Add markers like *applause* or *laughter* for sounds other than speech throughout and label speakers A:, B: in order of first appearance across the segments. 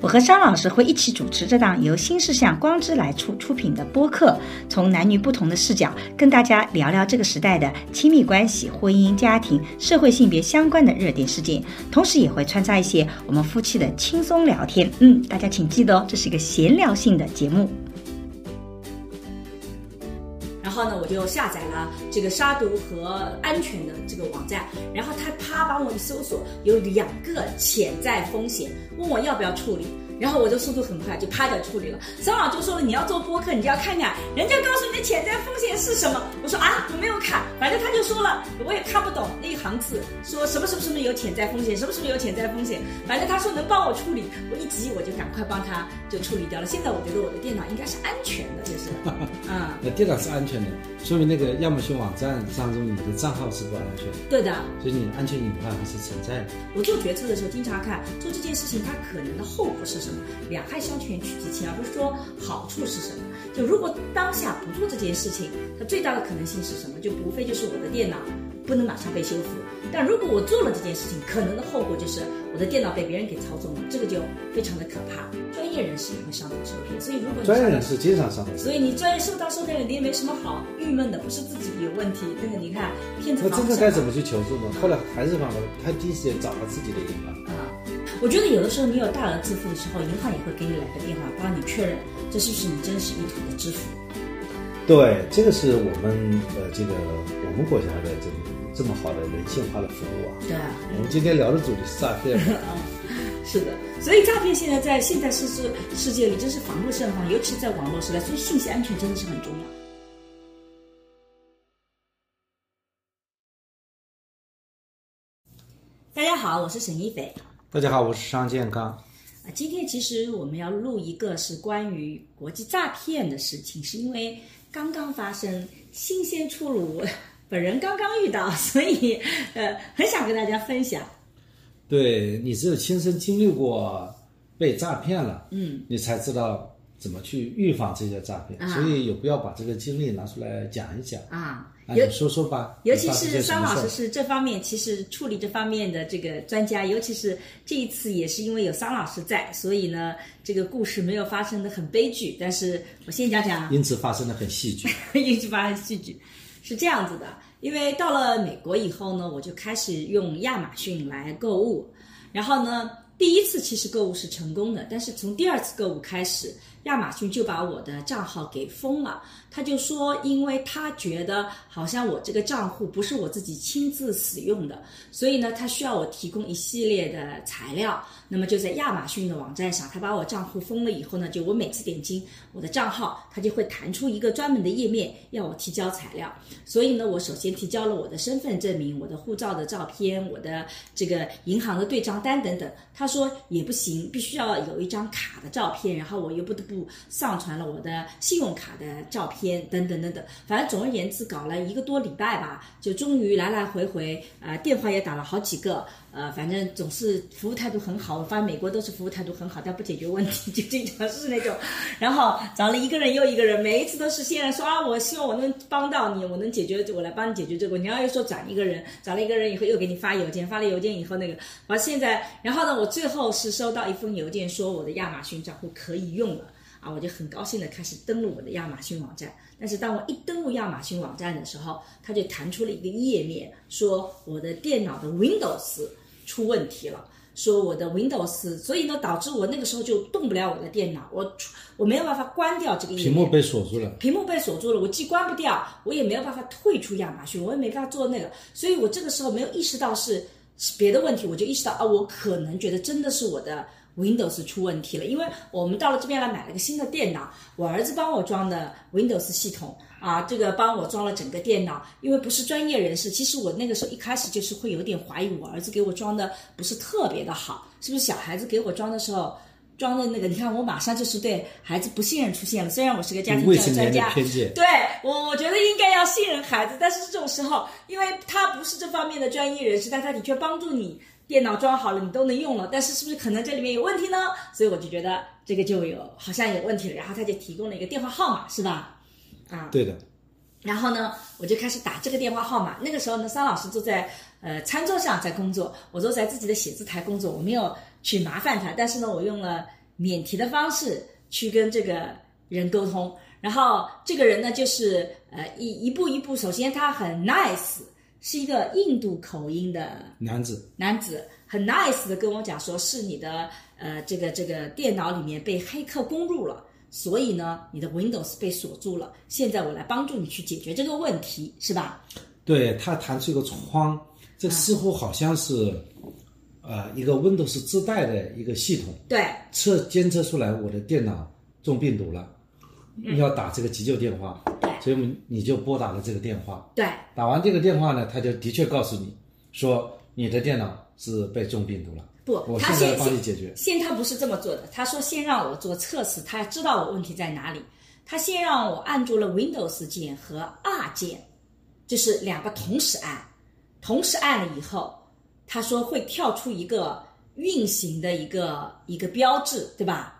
A: 我和商老师会一起主持这档由新事项光之来出出品的播客，从男女不同的视角跟大家聊聊这个时代的亲密关系、婚姻、家庭、社会性别相关的热点事件，同时也会穿插一些我们夫妻的轻松聊天。嗯，大家请记得哦，这是一个闲聊性的节目。
B: 然后呢，我就下载了这个杀毒和安全的这个网站，然后他啪帮我一搜索，有两个潜在风险，问我要不要处理，然后我就速度很快就啪的处理了。桑老就说了，你要做播客，你就要看看人家告诉你的潜在风险是什么。我说啊，我没有看，反正他就说了，我也看不懂那一行字，说什么什么什么有潜在风险，什么什么有潜在风险，反正他说能帮我处理，我一急我就赶快帮他就处理掉了。现在我觉得我的电脑应该是安全的，就是，嗯。
C: 那电脑是安全的，说明那个亚马逊网站当中你的账号是不安全的，
B: 对的，
C: 所以你安全隐患还是存在的。
B: 我做决策的时候，经常看做这件事情它可能的后果是什么，两害相权取其轻，而不是说好处是什么。就如果当下不做这件事情，它最大的可能性是什么？就无非就是我的电脑不能马上被修复。但如果我做了这件事情，可能的后果就是我的电脑被别人给操纵了，这个就非常的可怕。专业人士也会上当受骗，所以如果你
C: 专业
B: 上
C: 人
B: 当
C: 士经常上当受
B: 所以你专业受到受骗了，你也没什么好郁闷的，不是自己有问题。那个你看，骗子
C: 那
B: 防
C: 真
B: 不
C: 的
B: 胜
C: 该
B: 防
C: 怎么去求助呢？后来还是忘啊了，他第一时间找到自己的隐患。
B: 啊，我觉得有的时候你有大额支付的时候，银行也会给你来个电话，帮你确认这是不是你真实意图的支付。
C: 对，这个是我们呃，这个我们国家的这么这么好的人性化的服务啊。
B: 对啊，
C: 我们今天聊的主题是诈 *laughs* 骗，
B: 是的，所以诈骗现在在现代世世世界里真是防不胜防，尤其是在网络时代，所以信息安全真的是很重要。大家好，我是沈一斐。
C: 大家好，我是商健康。
B: 啊，今天其实我们要录一个是关于国际诈骗的事情，是因为刚刚发生，新鲜出炉， *laughs* 本人刚刚遇到，所以呃，很想跟大家分享。
C: 对你只有亲身经历过被诈骗了，
B: 嗯，
C: 你才知道怎么去预防这些诈骗，
B: 啊
C: 所以有必要把这个经历拿出来讲一讲。
B: 啊，
C: 啊，
B: 尤
C: 你说说吧，
B: 尤其
C: 你发生
B: 是
C: 些什
B: 张老
C: 么
B: 师
C: 事儿
B: 是这方面，其实处理这方面的这个专家，尤其是这一次也是因为有桑老师在，所以呢，这个故事没有发生的很悲剧。但是我先讲讲
C: 因此发生了很戏剧。
B: *laughs* 一直发戏剧，是这样子的。因为到了美国以后呢，我就开始用亚马逊来购物，然后呢，第一次其实购物是成功的，但是从第二次购物开始，亚马逊就把我的账号给封了。他就说，因为他觉得好像我这个账户不是我自己亲自使用的，所以呢，他需要我提供一系列的材料。那么就在亚马逊的网站上，他把我账户封了以后呢，就我每次点击我的账号，它就会弹出一个专门的页面要我提交材料。所以呢，我首先提交了我的身份证明、我的护照的照片、我的这个银行的对账单等等。他说也不行，必须要有一张卡的照片，然后我又不得不上传了我的信用卡的照片等等等等。反正总而言之，搞了一个多礼拜吧，就终于来来回回，呃，电话也打了好几个，呃，反正总是服务态度很好。我发现美国都是服务态度很好，但不解决问题，就经常是那种。然后找了一个人又一个人，每一次都是先来说啊，我希望我能帮到你，我能解决，我来帮你解决这个问题。然后又说转一个人，转了一个人以后又给你发邮件，发了邮件以后那个，完现在，然后呢，我最后是收到一封邮件说我的亚马逊账户可以用了。啊，我就很高兴的开始登录我的亚马逊网站。但是当我一登录亚马逊网站的时候，它就弹出了一个页面，说我的电脑的 Windows 出问题了，说我的 Windows，所以呢，导致我那个时候就动不了我的电脑，我出我没有办法关掉这个页
C: 屏
B: 面。
C: 幕被锁住了，
B: 屏幕被锁住了，我既关不掉，我也没有办法退出亚马逊，我也没办法做那个，所以我这个时候没有意识到是是别的问题，我就意识到啊，我可能觉得真的是我的 Windows 出问题了，因为我们到了这边来买了个新的电脑，我儿子帮我装的 Windows 系统啊，这个帮我装了整个电脑，因为不是专业人士，其实我那个时候一开始就是会有点怀疑我儿子给我装的不是特别的好，是不是小孩子给我装的时候。装的那个，你看我马上就是对孩子不信任出现了。虽然我是个家庭
C: 未
B: 教育
C: 成
B: 专
C: 年的
B: 家，
C: 偏见。
B: 对我，我觉得应该要信任孩子，但是这种时候，因为他不是这方面的专业人士，但他的确帮助你电脑装好了，你都能用了，但是是不是可能这里面有问题呢？所以我就觉得这个就有好像有问题了，然后他就提供了一个电话号码，是吧？啊，
C: 对的，
B: 然后呢，我就开始打这个电话号码。那个时候呢，桑老师坐在呃餐桌上在工作，我坐在自己的写字台工作，我没有去麻烦他，但是呢，我用了免提的方式去跟这个人沟通。然后这个人呢，就是呃一一步一步，首先他很 nice，是一个印度口音的
C: 男子，
B: 男子很 nice 的跟我讲说，是你的呃这个这个电脑里面被黑客攻入了，所以呢你的 Windows 被锁住了，现在我来帮助你去解决这个问题，是吧？
C: 对他弹出一个窗，
B: 啊
C: 这似乎好像是，呃，一个 Windows 自带的一个系统，
B: 对，
C: 测监测出来我的电脑中病毒了，你要打这个急救电话，
B: 对
C: 所以我们你就拨打了这个电话，
B: 对，
C: 打完这个电话呢，他就的确告诉你说你的电脑是被中病毒了，
B: 不，
C: 我
B: 他
C: 现在
B: 先
C: 帮你解决。
B: 先他不是这么做的，他说先让我做测试，他知道我问题在哪里，他先让我按住了 Windows 键和 R 键，就是两个同时按，同时按了以后，他说会跳出一个运行的一个一个标志，对吧？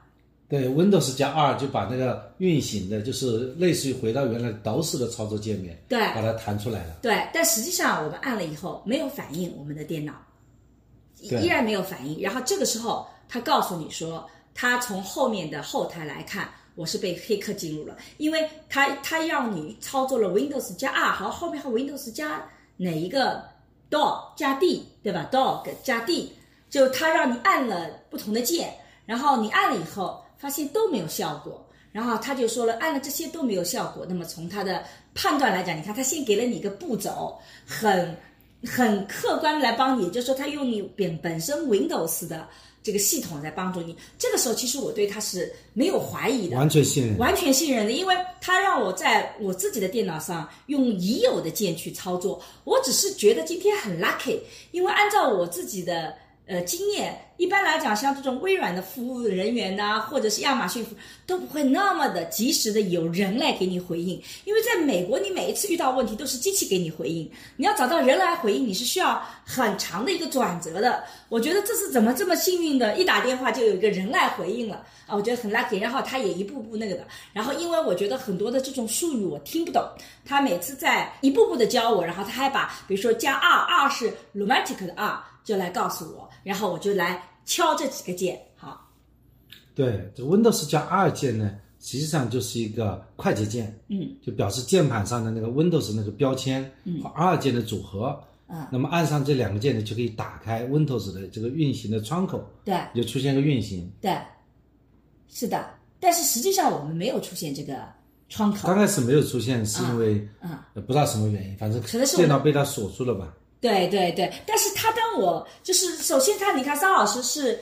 C: 对，Windows 加 R 就把那个运行的，就是类似于回到原来导式的操作界面，
B: 对
C: 把它弹出来了。
B: 对，但实际上我们按了以后没有反应，我们的电脑
C: 对
B: 依然没有反应。然后这个时候，他告诉你说，他从后面的后台来看，我是被黑客进入了，因为他他让你操作了 Windows 加 R，好，后面还有 Windows 加哪一个 dog 加 d 对吧？dog 加 d，就他让你按了不同的键，然后你按了以后发现都没有效果。然后他就说了，按了这些都没有效果。那么从他的判断来讲，你看他先给了你一个步骤，很很客观地来帮你，也就是说他用你本本身 Windows 的这个系统来帮助你。这个时候其实我对他是没有怀疑的，
C: 完全信任。
B: 完全信任的，因为他让我在我自己的电脑上用已有的键去操作。我只是觉得今天很 lucky，因为按照我自己的呃经验，一般来讲，像这种微软的服务人员呐、或者是亚马逊服都不会那么的及时的有人来给你回应，因为在美国，你每一次遇到问题都是机器给你回应，你要找到人来回应，你是需要很长的一个转折的。我觉得这次怎么这么幸运的，一打电话就有一个人来回应了啊，我觉得很 lucky。然后他也一步步那个的，然后因为我觉得很多的这种术语我听不懂，他每次在一步步的教我，然后他还把比如说加 R，R 是 romantic 的 R，就来告诉我，然后我就来敲这几个键，好，
C: 对，这 Windows 加 R 键呢，实际上就是一个快捷键，
B: 嗯
C: 就表示键盘上的那个 Windows 那个标签和 R 键的组合。
B: 嗯，
C: 那么按上这两个键呢，就可以打开 Windows 的这个运行的窗口，
B: 对。
C: 就出现一个运行。
B: 对，是的，但是实际上我们没有出现这个窗口
C: 刚。开始没有出现，是因为
B: 嗯，
C: 呃不知道什么原因，反正
B: 可能是我
C: 电脑被它锁住了吧。
B: 对对对，但是他当我就是首先他，你看张老师是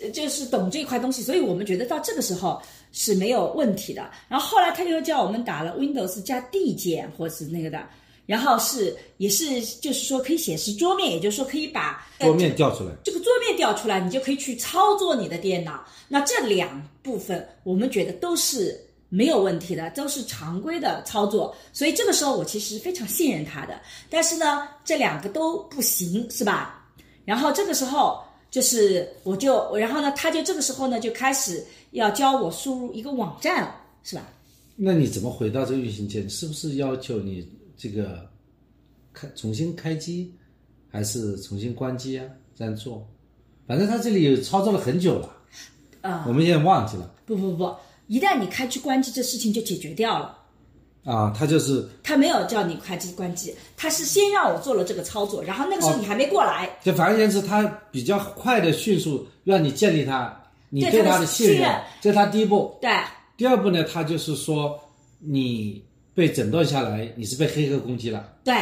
B: 呃就是懂这块东西，所以我们觉得到这个时候是没有问题的。然后后来他又叫我们打了 Windows 加 D 键或者是那个的，然后是也是就是说可以显示桌面，也就是说可以把呃
C: 桌面调出来，
B: 哎这个桌面调出来，你就可以去操作你的电脑。那这两部分我们觉得都是没有问题的，都是常规的操作。所以这个时候我其实非常信任他的。但是呢，这两个都不行，是吧？然后这个时候就是我就，然后呢，他就这个时候呢就开始要教我输入一个网站了，是吧？
C: 那你怎么回到这个运行键？是不是要求你这个开重新开机，还是重新关机啊？这样做，反正他这里操作了很久了，
B: 啊
C: 我们也忘记了
B: 不不不，一旦你开机关机，这事情就解决掉了。
C: 啊。他就是
B: 他没有叫你开机关机，他是先让我做了这个操作，然后那个时候你还没过来，
C: 就反而言之，他比较快的、迅速让你建立他你
B: 对
C: 对
B: 他的
C: 他的信
B: 信
C: 任
B: 任，
C: 这是他第一步。
B: 对
C: 第二步呢，他就是说你被诊断下来你是被黑客攻击了。
B: 对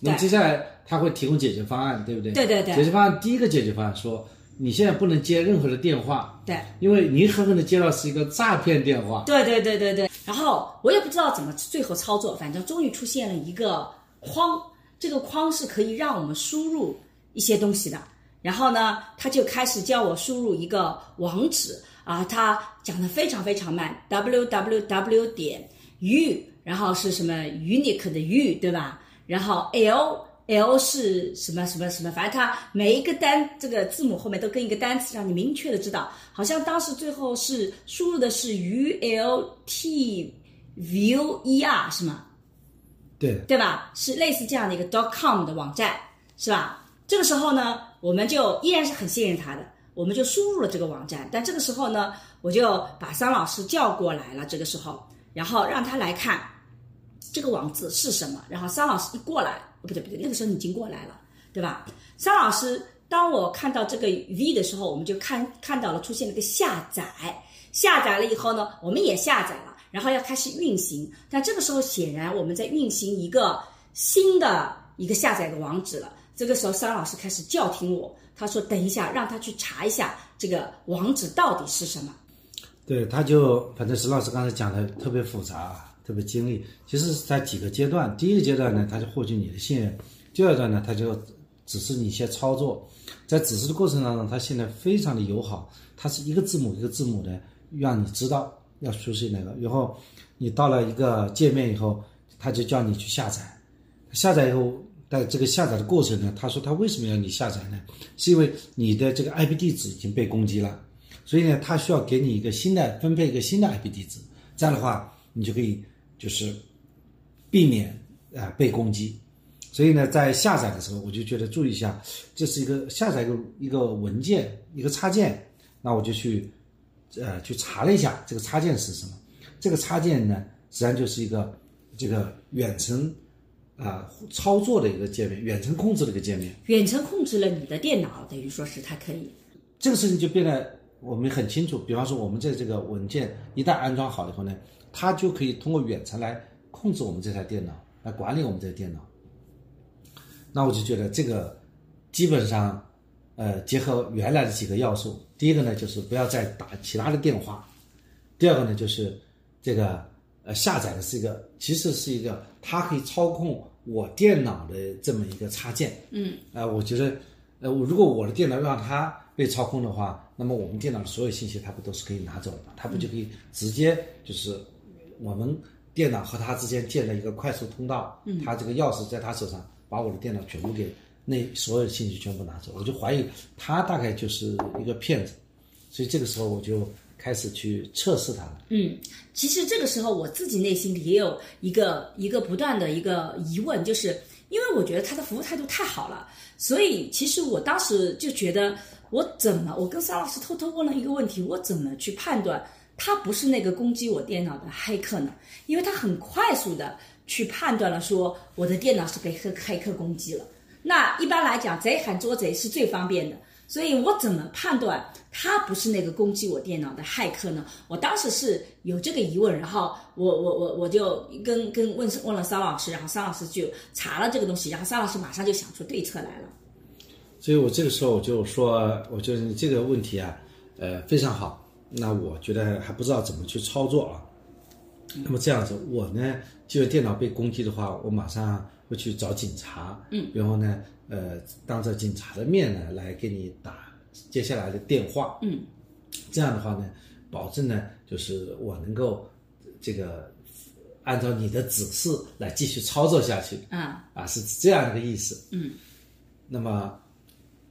C: 那么接
B: 对
C: 下来他会提供解决方案，对不对？
B: 对对对
C: 解决方案第一个解决方案说，你现在不能接任何的电话，
B: 对
C: 因为你很可能接到是一个诈骗电话。
B: 对对对对对。然后我也不知道怎么最后操作，反正终于出现了一个框，这个框是可以让我们输入一些东西的。然后呢，他就开始叫我输入一个网址啊，他讲的非常非常慢，w w w 点 u，然后是什么 unique 的 u 对吧？然后 l L 是什么什么什么，反正它每一个单这个字母后面都跟一个单词，让你明确的知道。好像当时最后是输入的是 U L T V E R 是吗？
C: 对的，
B: 对吧？是类似这样的一个 .com 的网站，是吧？这个时候呢，我们就依然是很信任他的，我们就输入了这个网站。但这个时候呢，我就把桑老师叫过来了，这个时候，然后让他来看这个网址是什么。然后桑老师一过来，哦不对不对，那个时候你已经过来了，对吧？桑老师，当我看到这个 V 的时候，我们就看看到了出现了一个下载，下载了以后呢，我们也下载了，然后要开始运行。但这个时候显然我们在运行一个新的一个下载的网址了。这个时候，桑老师开始叫停我，他说：“等一下，让他去查一下这个网址到底是什么。
C: 对，他就反正石老师刚才讲的特别复杂，啊特别精密。其实是在几个阶段，第一个阶段呢，他就获取你的信任；第二段呢，他就指示你一些操作。在指示的过程当中，他现在非常的友好，他是一个字母一个字母的让你知道要熟悉哪个。然后你到了一个界面以后，他就叫你去下载。下载以后，在这个下载的过程呢，他说他为什么要你下载呢？是因为你的这个 IP 地址已经被攻击了。所以呢，它需要给你一个新的分配一个新的 IP 地址，这样的话你就可以就是避免啊、呃被攻击。所以呢，在下载的时候，我就觉得注意一下，这是一个下载一个一个文件一个插件，那我就去呃去查了一下这个插件是什么。这个插件呢，实际上就是一个这个远程啊、操作的一个界面，远程控制的一个界面。”
B: 远程控制了你的电脑，等于说是它可以
C: 这个事情就变得我们很清楚。比方说，我们在这个文件一旦安装好以后呢，它就可以通过远程来控制我们这台电脑，来管理我们这台电脑。那我就觉得这个基本上，呃，结合原来的几个要素，第一个呢就是不要再打其他的电话，第二个呢就是这个呃下载的是一个其实是一个它可以操控我电脑的这么一个插件。嗯，呃，我觉得呃，我如果我的电脑让它被操控的话，那么我们电脑的所有信息它不都是可以拿走的吗？它不就可以直接就是我们电脑和它之间建了一个快速通道，嗯，它这个钥匙在它手上，把我的电脑全部给那所有的信息全部拿走。我就怀疑他大概就是一个骗子，所以这个时候我就开始去测试他了。
B: 嗯，其实这个时候我自己内心里也有一个一个不断的一个疑问，就是因为我觉得他的服务态度太好了，所以其实我当时就觉得，我怎么我跟沙老师偷偷问了一个问题，我怎么去判断他不是那个攻击我电脑的黑客呢？因为他很快速的去判断了说我的电脑是被黑黑客攻击了。那一般来讲，贼喊捉贼是最方便的，所以我怎么判断他不是那个攻击我电脑的骇客呢？我当时是有这个疑问，然后我我我我就跟跟问问了桑老师，然后桑老师就查了这个东西，然后桑老师马上就想出对策来了。
C: 所以我这个时候我就说，我觉得你这个问题啊，呃，非常好。那我觉得还不知道怎么去操作啊。那么这样子，我呢，既然电脑被攻击的话，我马上会去找警察，嗯，然后呢，呃，当着警察的面呢，来给你打接下来的电话，
B: 嗯，
C: 这样的话呢，保证呢，就是我能够这个按照你的指示来继续操作下去，
B: 啊、
C: 啊，是这样一个意思。
B: 嗯，
C: 那么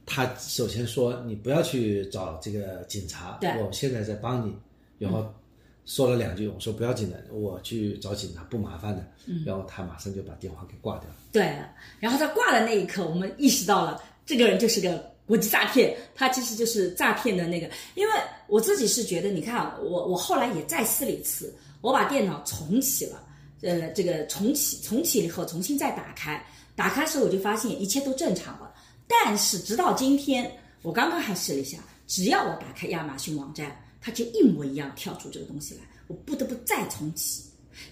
C: 他首先说你不要去找这个警察，
B: 对嗯
C: 我现在在帮你，然后说了两句，我说不要紧的，我去找警察不麻烦的，
B: 嗯
C: 然后他马上就把电话给挂掉了。
B: 对，然后他挂的那一刻，我们意识到了这个人就是个国际诈骗，他其实就是诈骗的那个。因为我自己是觉得，你看啊我我后来也再试了一次，我把电脑重启了，呃，这个重启重启了以后重新再打开，打开时候我就发现一切都正常了。但是直到今天，我刚刚还试了一下，只要我打开亚马逊网站，它就一模一样跳出这个东西来，我不得不再重启。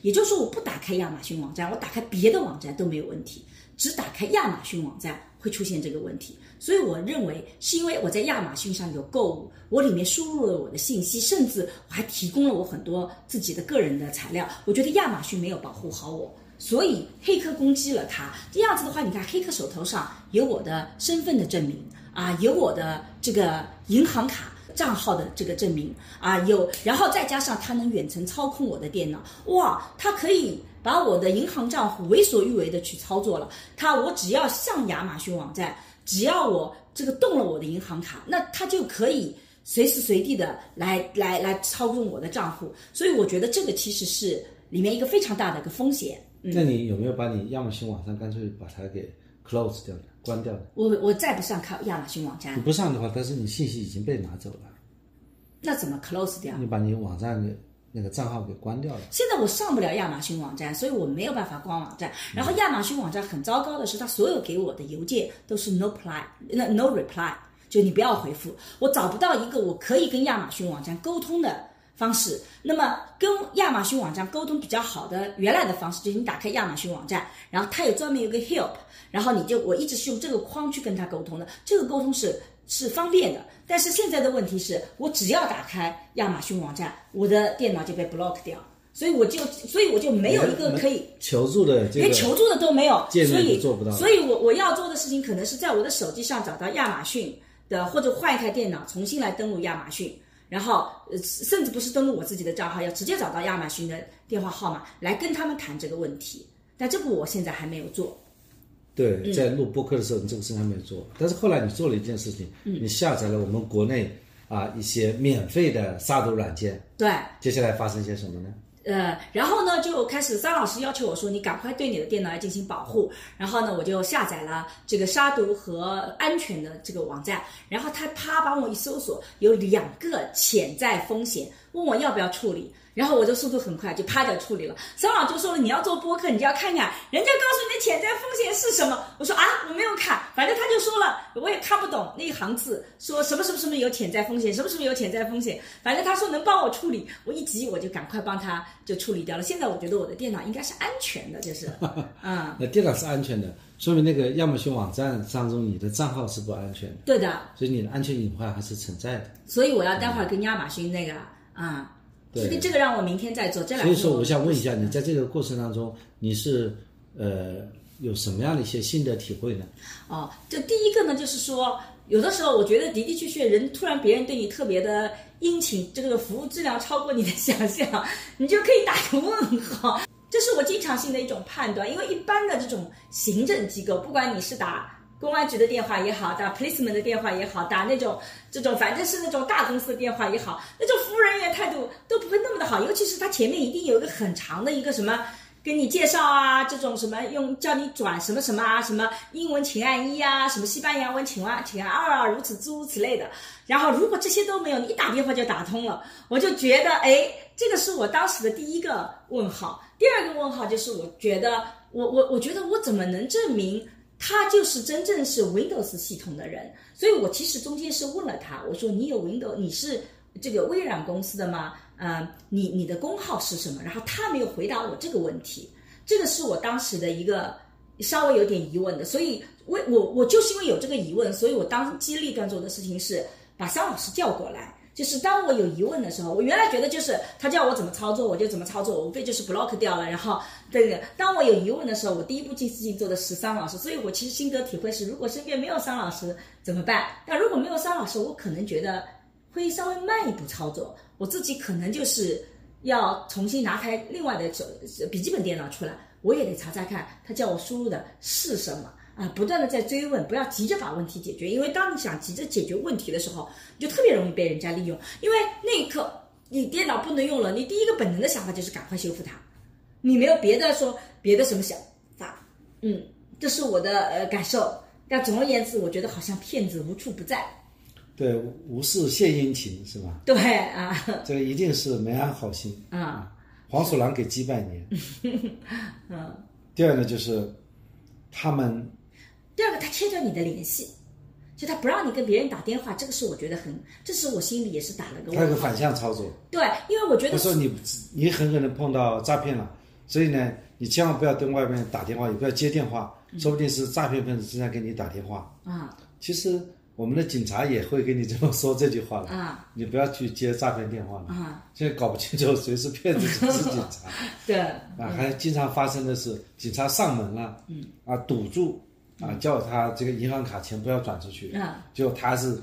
B: 也就是说，我不打开亚马逊网站，我打开别的网站都没有问题，只打开亚马逊网站会出现这个问题。所以我认为是因为我在亚马逊上有购物，我里面输入了我的信息，甚至我还提供了我很多自己的个人的材料。我觉得亚马逊没有保护好我，所以黑客攻击了他。这样子的话，你看黑客手头上有我的身份的证明啊，有我的这个银行卡，账号的这个证明啊，有，然后再加上它能远程操控我的电脑，哇，它可以把我的银行账户为所欲为的去操作了。它我只要上亚马逊网站，只要我这个动了我的银行卡，那它就可以随时随地的来来来操纵我的账户。所以我觉得这个其实是里面一个非常大的一个风险。
C: 那你有没有把你亚马逊网站干脆把它给 close 掉的、关掉的？
B: 我我再不上看亚马逊网
C: 你
B: 站，
C: 不上的话，但是你信息已经被拿走了，
B: 那怎么 close 掉？
C: 你把你网站给那个账号给关掉了。
B: 现在我上不了亚马逊网站，所以我没有办法逛网站。然后亚马逊网站很糟糕的是，它所有给我的邮件都是 no reply，那 no reply，就你不要回复。我找不到一个我可以跟亚马逊网站沟通的方式。那么跟亚马逊网站沟通比较好的原来的方式就是你打开亚马逊网站，然后它有专门有个 help，然后你就我一直是用这个框去跟他沟通的，这个沟通是是方便的。但是现在的问题是我只要打开亚马逊网站，我的电脑就被 block 掉，所以我就所以我就没有一个可以。
C: 求助的这个
B: 连求助的都没有，
C: 界面
B: 所以
C: 都做不到
B: 所以我我要做的事情可能是在我的手机上找到亚马逊的，或者换一台电脑重新来登录亚马逊，然后呃甚至不是登录我自己的账号，要直接找到亚马逊的电话号码来跟他们谈这个问题。但这个我现在还没有做，
C: 对，在录播客的时候，你这个事情还没有做，但是后来你做了一件事情，你下载了我们国内啊一些免费的杀毒软件，
B: 对，
C: 接下来发生些什么呢？
B: 呃，然后呢，就开始张老师要求我说，你赶快对你的电脑要进行保护。然后呢，我就下载了这个杀毒和安全的这个网站。然后他啪帮我一搜索，有两个潜在风险，问我要不要处理。然后我就速度很快，就啪就处理了。张老就说了，你要做播客，你就要看看人家告诉你的潜在风险是什么。我说啊，我没有看，反正他就说了，我也看不懂那一行字，说什么什么什么有潜在风险，什么什么有潜在风险。反正他说能帮我处理，我一急我就赶快帮他就处理掉了。现在我觉得我的电脑应该是安全的，
C: *laughs*
B: 就是，嗯，
C: 那电脑是安全的，说明那个亚马逊网站当中你的账号是不安全的，
B: 对的。
C: 所以你的安全隐患还是存在的。
B: 所以我要待会儿跟亚马逊那个啊，
C: 对
B: 这个这个让我明天再做。这两
C: 所以
B: 个
C: 说，我想问一下，你在这个过程当中，你是呃有什么样的一些心得体会呢？
B: 哦，就第一个呢，就是说，有的时候我觉得的的确确，人突然别人对你特别的殷勤，这个服务质量超过你的想象，你就可以打个问号。这是我经常性的一种判断，因为一般的这种行政机构，不管你是打公安局的电话也好，打 policeman 的电话也好，打那种这种反正是那种大公司的电话也好，那种服务人员态度都不会那么的好，尤其是他前面一定有一个很长的一个什么。跟你介绍啊，这种什么用叫你转什么什么啊，什么英文请按一啊，什么西班牙文请按请按二啊，如此诸如此类的。然后如果这些都没有，你一打电话就打通了，我就觉得哎，这个是我当时的第一个问号。第二个问号就是我觉得我我我觉得我怎么能证明他就是真正是 Windows 系统的人，所以我其实中间是问了他，我说你有 Windows，你是这个微软公司的吗？呃，你你的工号是什么？然后他没有回答我这个问题，这个是我当时的一个稍微有点疑问的，所以我我我就是因为有这个疑问，所以我当时激励干做的事情是把桑老师叫过来。就是当我有疑问的时候，我原来觉得就是他叫我怎么操作我就怎么操作，我被就是 block 掉了。然后对对，当我有疑问的时候，我第一步进事情做的是桑老师，所以我其实心得体会是，如果身边没有桑老师怎么办？但如果没有桑老师，我可能觉得会稍微慢一步操作，我自己可能就是要重新拿台另外的手呃笔记本电脑出来，我也得查查看他叫我输入的是什么啊，不断的在追问，不要急着把问题解决，因为当你想急着解决问题的时候，你就特别容易被人家利用，因为那一刻你电脑不能用了，你第一个本能的想法就是赶快修复它，你没有别的说别的什么想法，嗯，这是我的呃感受。但总而言之，我觉得好像骗子无处不在，
C: 对，无事献殷勤是吧？
B: 对啊。
C: 这个一定是没安好心。
B: 啊，
C: 黄鼠狼给鸡拜年。
B: *laughs* 嗯。
C: 第二呢，就是他们
B: 第二个，他切断你的联系，就他不让你跟别人打电话，这个是我觉得很，这是我心里也是打了个
C: 他有个
B: 问号。
C: 反向操作，
B: 对，因为我觉
C: 他
B: 得
C: 说你你很可能碰到诈骗了，所以呢，你千万不要跟外面打电话，也不要接电话，
B: 嗯
C: 说不定是诈骗分子正在给你打电话。
B: 啊
C: 其实我们的警察也会跟你这么说这句话的，
B: 啊
C: 你不要去接诈骗电话了。
B: 啊，
C: 现在搞不清楚谁是骗子，谁是警察。
B: 对，
C: 啊，还经常发生的是警察上门了，嗯，啊堵住，啊叫他这个银行卡钱不要转出去，
B: 嗯，
C: 结果他是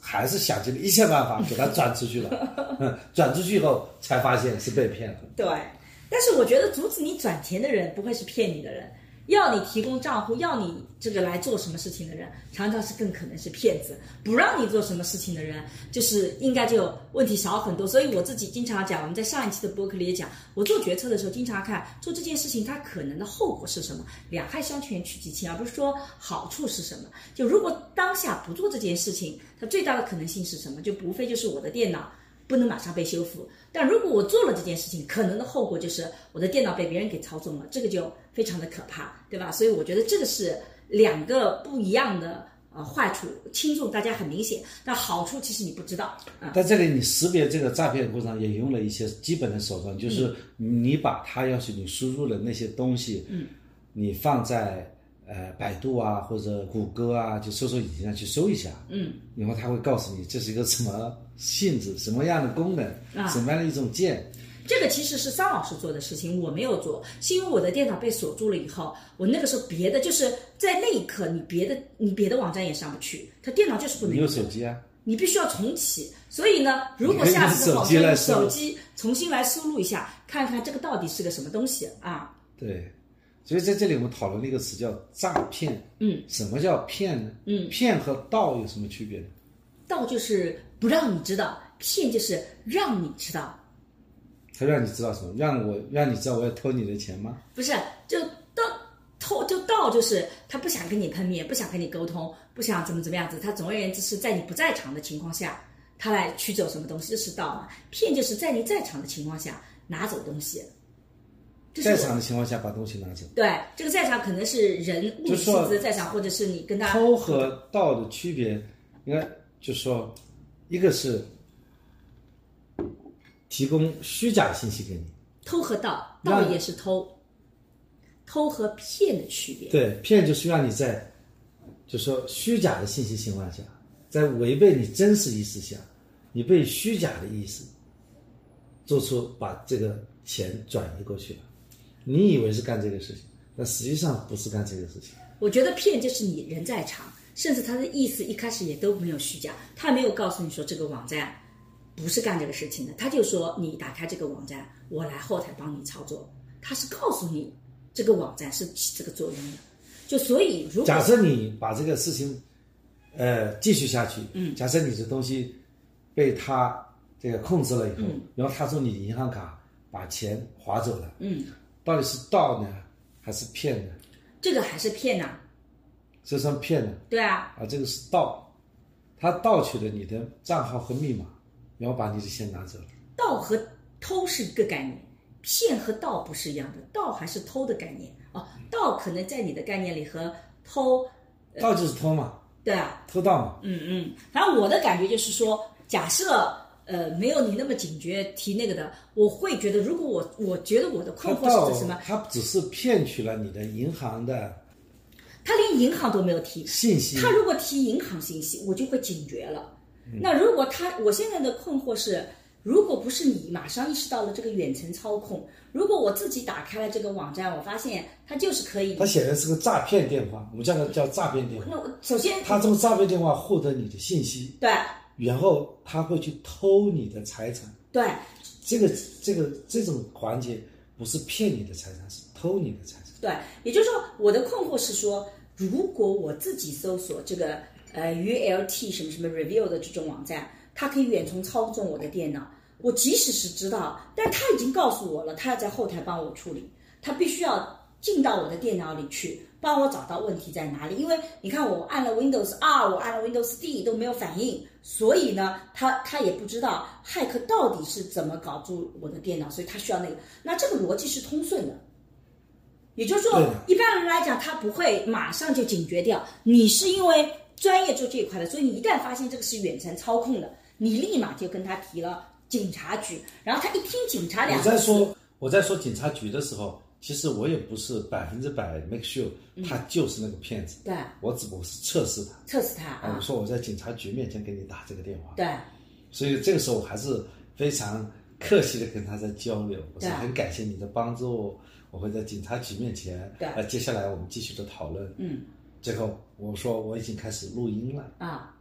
C: 还是想尽了一切办法给他转出去了，嗯转出去以后才发现是被骗了。
B: 对，但是我觉得阻止你转钱的人不会是骗你的人，要你提供账户，要你这个来做什么事情的人，常常是更可能是骗子。不让你做什么事情的人，就是应该就问题少很多。所以我自己经常讲，我们在上一期的播客里也讲，我做决策的时候经常看做这件事情它可能的后果是什么，两害相权取其轻，而不是说好处是什么。就如果当下不做这件事情，它最大的可能性是什么？就无非就是我的电脑。不能马上被修复。但如果我做了这件事情，可能的后果就是我的电脑被别人给操纵了，这个就非常的可怕，对吧？所以我觉得这个是两个不一样的呃坏处，轻重大家很明显，但好处其实你不知道啊。
C: 在这里，你识别这个诈骗过程中也用了一些基本的手段，就是你把它要是你输入的那些东西，
B: 嗯，
C: 你放在呃百度啊或者谷歌啊，就搜索引擎上去搜一下，
B: 嗯，
C: 然后它会告诉你这是一个什么性质、什么样的功能、
B: 啊
C: 什么样的一种键。
B: 这个其实是桑老师做的事情，我没有做，是因为我的电脑被锁住了以后，我那个时候别的就是在那一刻，你别的你别的网站也上不去，它电脑就是不能
C: 你有
B: 用。
C: 手机啊？
B: 你必须要重启。所以呢，如果下次的话，
C: 你可以用手机来
B: 用
C: 输入
B: 手机重新来输入一下，看看这个到底是个什么东西啊？
C: 对，所以在这里我们讨论了一个词叫诈骗。
B: 嗯，
C: 什么叫骗呢？
B: 嗯
C: 骗和盗有什么区别呢？
B: 盗就是不让你知道，骗就是让你知道，
C: 他让你知道什么？让我让你知道我要偷你的钱吗？
B: 不是就盗偷就盗就是他不想跟你碰面，不想跟你沟通，不想怎么怎么样子，他总而言之是在你不在场的情况下，他来取走什么东西，这是盗嘛？骗就是在你在场的情况下拿走东西，这是
C: 在
B: 我
C: 场的情况下把东西拿走。
B: 对，这个在场可能是人物理
C: 就是
B: 性
C: 说
B: 质的在场，或者是你跟他
C: 偷和盗的区别，应该就说，一个是提供虚假信息给你，
B: 偷和盗，
C: 那
B: 盗也是偷，偷和骗的区别。
C: 对，骗就是让你在，就说虚假的信息情况下，在违背你真实意识下，你被虚假的意识，做出把这个钱转移过去了，你以为是干这个事情，但实际上不是干这个事情。
B: 我觉得骗就是你人在场，甚至他的意思一开始也都没有虚假，他没有告诉你说这个网站不是干这个事情的，他就说你打开这个网站，我来后台帮你操作，他是告诉你这个网站是起这个作用的。就所以，如果
C: 假设你把这个事情，呃，继续下去，嗯，假设你这东西被他这个控制了以后，然后他从你银行卡把钱划走了，
B: 嗯，
C: 到底是盗呢，还是骗呢？
B: 这个还是骗呐、啊
C: 这算骗呢？
B: 对啊，
C: 啊，这个是盗，他盗取了你的账号和密码，然后把你的钱拿走了。
B: 盗和偷是一个概念，骗和盗不是一样的，盗还是偷的概念哦。盗可能在你的概念里和偷，
C: 盗就是偷嘛，
B: 对啊，
C: 偷盗嘛。
B: 嗯嗯。反正我的感觉就是说，假设呃没有你那么警觉提那个的，我会觉得，如果我我觉得我的
C: 他
B: 困惑
C: 盗
B: 是什么，，
C: 他只是骗取了你的银行的
B: 他连银行都没有提，
C: 信息。
B: 他如果提银行信息，我就会警觉了。
C: 嗯
B: 那如果他，我现在的困惑是，如果不是你马上意识到了这个远程操控，如果我自己打开了这个网站，我发现它就是可以
C: 他。显然是个诈骗电话，我们叫它叫诈骗电话。
B: 那我首先，
C: 他从诈骗电话获得你的信息，
B: 对
C: 然后他会去偷你的财产。
B: 对，
C: 这个这个这种环节不是骗你的财产，是偷你的财产。
B: 对，也就是说，我的困惑是说，如果我自己搜索这个呃 ULT 什么什么 review 的这种网站，它可以远程操纵我的电脑。我即使是知道，但他已经告诉我了，他要在后台帮我处理，他必须要进到我的电脑里去，帮我找到问题在哪里。因为你看，我按了 Windows R，我按了 Windows D 都没有反应，所以呢，他他也不知道骇客到底是怎么搞住我的电脑，所以他需要那个。那这个逻辑是通顺的，也就是说
C: 对的，
B: 一般人来讲，他不会马上就警觉掉。你是因为专业做这一块的，所以你一旦发现这个是远程操控的，你立马就跟他提了警察局。然后他一听警察两
C: 我
B: 个
C: 在
B: 字，
C: 说我在说警察局的时候，其实我也不是百分之百 make sure
B: 嗯
C: 他就是那个骗子，
B: 对，
C: 我只不过是测试他。
B: 测试他
C: 啊，
B: 啊
C: 我，说我在警察局面前给你打这个电话，
B: 对
C: 所以这个时候我还是非常客气的跟他在交流，我
B: 对
C: 说
B: 啊
C: 很感谢你的帮助，我会在警察局面前，
B: 对啊
C: 呃，接下来我们继续的讨论。
B: 嗯，
C: 最后我说我已经开始录音了，
B: 啊，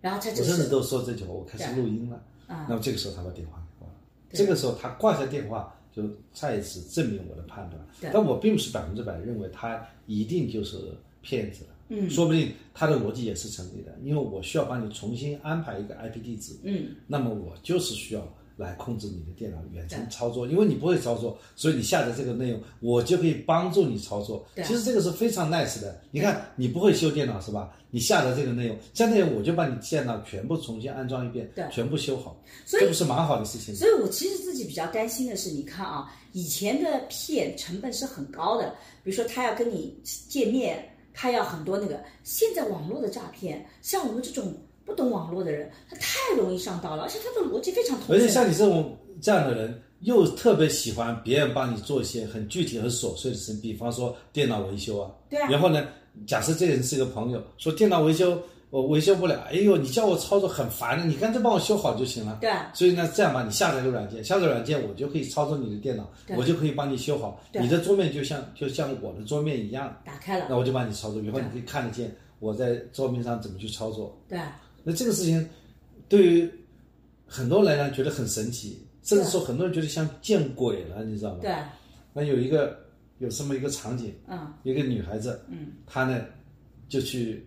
B: 然后他就
C: 我甚至
B: 是
C: 都说这句话，我开始录音了。
B: 啊
C: 那么这个时候他把电话给我了，
B: 对
C: 这个时候他挂下电话，就再一次证明我的判
B: 对
C: 断。但我并不是百分之百认为他一定就是骗子了，
B: 嗯
C: 说不定他的逻辑也是成立的，因为我需要帮你重新安排一个 IP 地址，
B: 嗯，
C: 那么我就是需要来控制你的电脑远程操作，因为你不会操作，所以你下载这个内容，我就可以帮助你操作。
B: 对啊
C: 其实这个是非常 nice 的。你看，你不会修电脑是吧？你下载这个内容，下载内容我就把你电脑全部重新安装一遍
B: 对，
C: 全部修好，
B: 所以
C: 这不是蛮好的事情吗？
B: 所以我其实自己比较担心的是，你看啊，以前的骗成本是很高的，比如说他要跟你见面，他要很多那个。现在网络的诈骗，像我们这种不懂网络的人，他太容易上当了，而且他的逻辑非常通
C: 而且
B: 顺。
C: 像你这种这样的人，又特别喜欢别人帮你做一些很具体、很琐碎的事，比方说电脑维修啊。
B: 对啊
C: 然后呢，假设这人是个朋友，说电脑维修我维修不了，哎呦，你叫我操作很烦的，你干脆帮我修好就行了。
B: 对啊，
C: 所以呢，这样吧，你下载个软件，下载软件我就可以操作你的电脑，
B: 对
C: 我就可以帮你修好。
B: 对
C: 你的桌面就像就像我的桌面一样，
B: 打开了，
C: 那我就帮你操作，以后你可以看得见我在桌面上怎么去操作。
B: 对啊，
C: 那这个事情对于很多人来讲觉得很神奇，甚至说很多人觉得像见鬼了，你知道吗？
B: 对。啊，
C: 那有一个有这么一个场景，
B: 嗯
C: 一个女孩子，
B: 嗯，
C: 她呢就去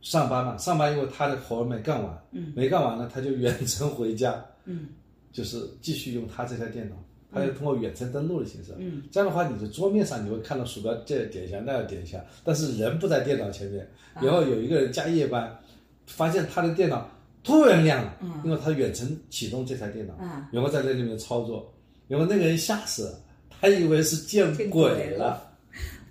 C: 上班嘛，上班以后她的活儿没干完，
B: 嗯，
C: 没干完呢，她就远程回家，
B: 嗯
C: 就是继续用她这台电脑。她就通过远程登录的形式，
B: 嗯，
C: 这样的话，你的桌面上你会看到鼠标这点一下，那要点一下，但是人不在电脑前面。
B: 啊
C: 然后有一个人加夜班，发现他的电脑突然亮了，
B: 嗯
C: 因为他远程启动这台电脑，
B: 嗯
C: 然后在那里面操作，然后那个人吓死了，他以为是见
B: 见
C: 鬼
B: 鬼了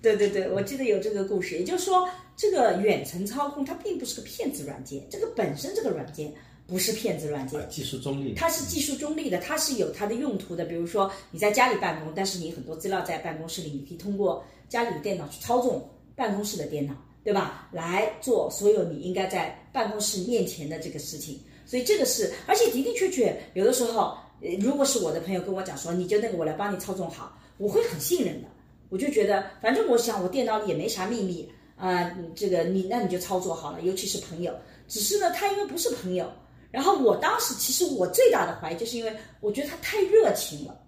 B: 对对对，我记得有这个故事。也就是说，这个远程操控它并不是个骗子软件，这个本身这个软件不是骗子软件
C: 啊，技术中立，
B: 它是技术中立的，它是有它的用途的。比如说你在家里办公，但是你很多资料在办公室里，你可以通过家里的电脑去操纵办公室的电脑，对吧？来做所有你应该在办公室面前的这个事情。所以这个是，而且的的确确，有的时候，呃如果是我的朋友跟我讲说，你就那个我来帮你操纵好，我会很信任的。我就觉得，反正我想我电脑里也没啥秘密啊、你这个你那你就操作好了，尤其是朋友。只是呢，他因为不是朋友，然后我当时其实我最大的怀疑，就是因为我觉得他太热情了，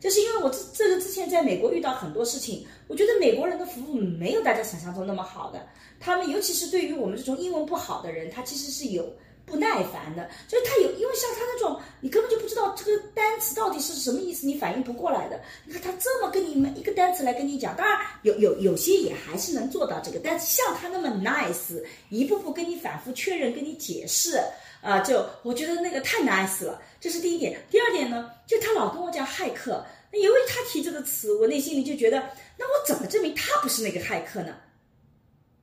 B: 就是因为我这这个之前在美国遇到很多事情，我觉得美国人的服务没有大家想象中那么好的，他们尤其是对于我们这种英文不好的人，他其实是有。不耐烦的，就是他有，因为像他那种，你根本就不知道这个单词到底是什么意思，你反应不过来的。你看他这么跟你们一个单词来跟你讲，当然有有有些也还是能做到这个，但是像他那么 nice，一步步跟你反复确认，跟你解释，啊，就我觉得那个太 nice 了，这是第一点。第二点呢，就他老跟我讲骇客，那由于他提这个词，我内心里就觉得，那我怎么证明他不是那个骇客呢？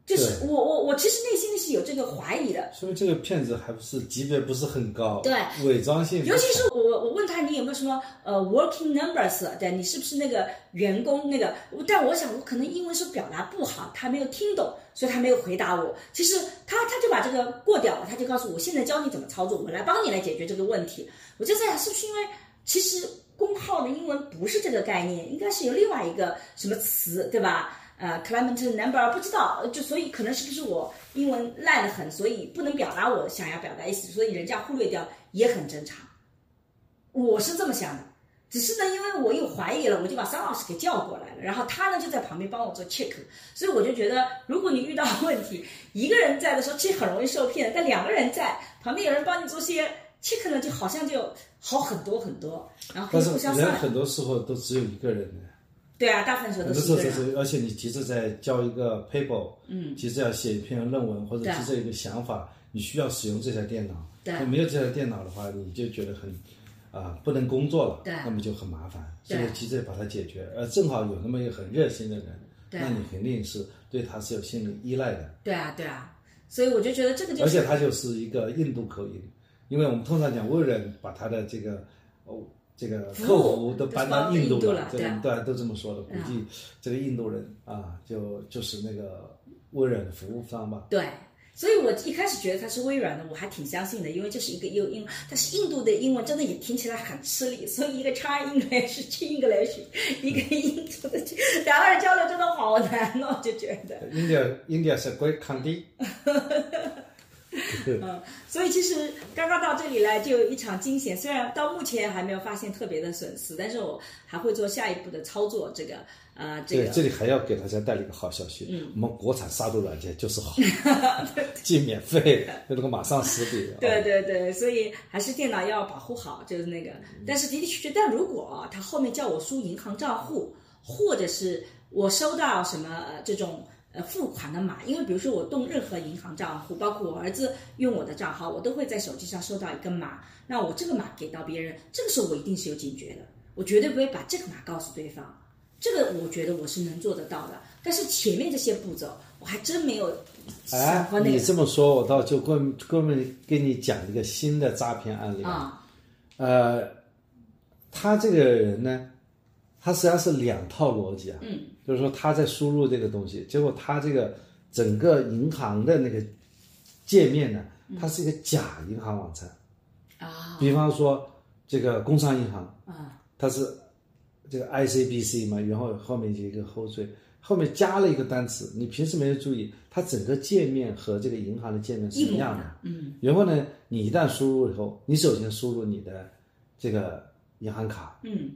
B: 就是
C: 对
B: 我我我其实内心里是有这个怀疑的，
C: 说明这个骗子还不是级别不是很高，
B: 对，
C: 伪装性不强，
B: 尤其是我我问他你有没有什么呃 working numbers 啊对，你是不是那个员工那个？但我想我可能英文是表达不好，他没有听懂，所以他没有回答我。其实他他就把这个过掉了，他就告诉我现在教你怎么操作，我来帮你来解决这个问题。我就在想是不是因为其实工号的英文不是这个概念，应该是有另外一个什么词对吧？呃，climate number 不知道，就所以可能是不是我英文烂得很，所以不能表达我想要表达意思，所以人家忽略掉也很正常。我是这么想的，只是呢，因为我有怀疑了，我就把桑老师给叫过来了，然后他呢就在旁边帮我做 check，所以我就觉得，如果你遇到问题，一个人在的时候其实很容易受骗，但两个人在旁边有人帮你做些 check 呢，就好像就好很多很多，然后可
C: 但
B: 以
C: 是
B: 互相
C: 人
B: 算。
C: 很多时候都只有一个人的。
B: 对啊，大部分时候
C: 很
B: 都
C: 多
B: 是
C: 时
B: 一
C: 候
B: 个
C: 就
B: 人。
C: 是，而且你急着在交一个 paper，
B: 嗯
C: 急着要写一篇论文或者
B: 对
C: 急着一个想法，你需要使用这台电脑。
B: 对
C: 那没有这台电脑的话，你就觉得很啊、不能工作了，
B: 对
C: 那么就很麻烦，
B: 对
C: 所以急着把它解决。而正好有那么一个很热心的人，
B: 对啊
C: 那你肯定是对他是有心理依赖的，
B: 对啊，对啊，所以我就觉得这个就
C: 而且
B: 是
C: 他就是一个印度口音，因为我们通常讲，为了把他的这个哦。这个
B: 服务
C: 客服都搬到印度
B: 都搬到印度了
C: 这
B: 对
C: 个
B: 啊
C: 对啊都这么说的，估
B: 嗯
C: 计这个印度人啊，就就是那个微软的服务商吧，
B: 对。所以我一开始觉得它是微软的，我还挺相信的，因为这是一个英英，但是印度的英文真的也听起来很吃力，所以一个 China English 去 English，一 *laughs* 个印度的去，两个人交流真的好难哦，我就觉得。
C: India India is a great country
B: 嗯，所以其实刚刚到这里来就有一场惊险，虽然到目前还没有发现特别的损失，但是我还会做下一步的操作。这个呃，这
C: 对，
B: 个嗯
C: 这里还要给大家带来一个好消息，我们国产杀毒软件就
B: *laughs*
C: 是好，既免费又能够马上识别。
B: *laughs* 对
C: 对，
B: 对对，所以还是电脑要保护好，就是那个。但是的的确确，但如果啊他后面叫我输银行账户，或者是我收到什么呃这种呃付款的码，因为比如说我动任何银行账户，包括我儿子用我的账号，我都会在手机上收到一个码。那我这个码给到别人，这个时候我一定是有警觉的，我绝对不会把这个码告诉对方。这个我觉得我是能做得到的，但是前面这些步骤我还真没有想
C: 哎
B: 过，那
C: 你
B: 个
C: 这么说，我倒就哥们哥们给你讲一个新的诈骗案例啊
B: 啊、
C: 呃，他这个人呢，他实际上是两套逻辑啊，
B: 嗯，
C: 就是说他在输入这个东西，结果他这个整个银行的那个界面呢，它是一个假银行网站，
B: 嗯啊
C: 比方说这个工商银行，
B: 啊
C: 它是这个 ICBC 嘛，然后后面一个后缀，后面加了一个单词，你平时没有注意，它整个界面和这个银行的界面是
B: 一模
C: 一
B: 一
C: 样的
B: 样，，嗯。
C: 然后呢，你一旦输入以后，你首先输入你的这个银行卡，
B: 嗯，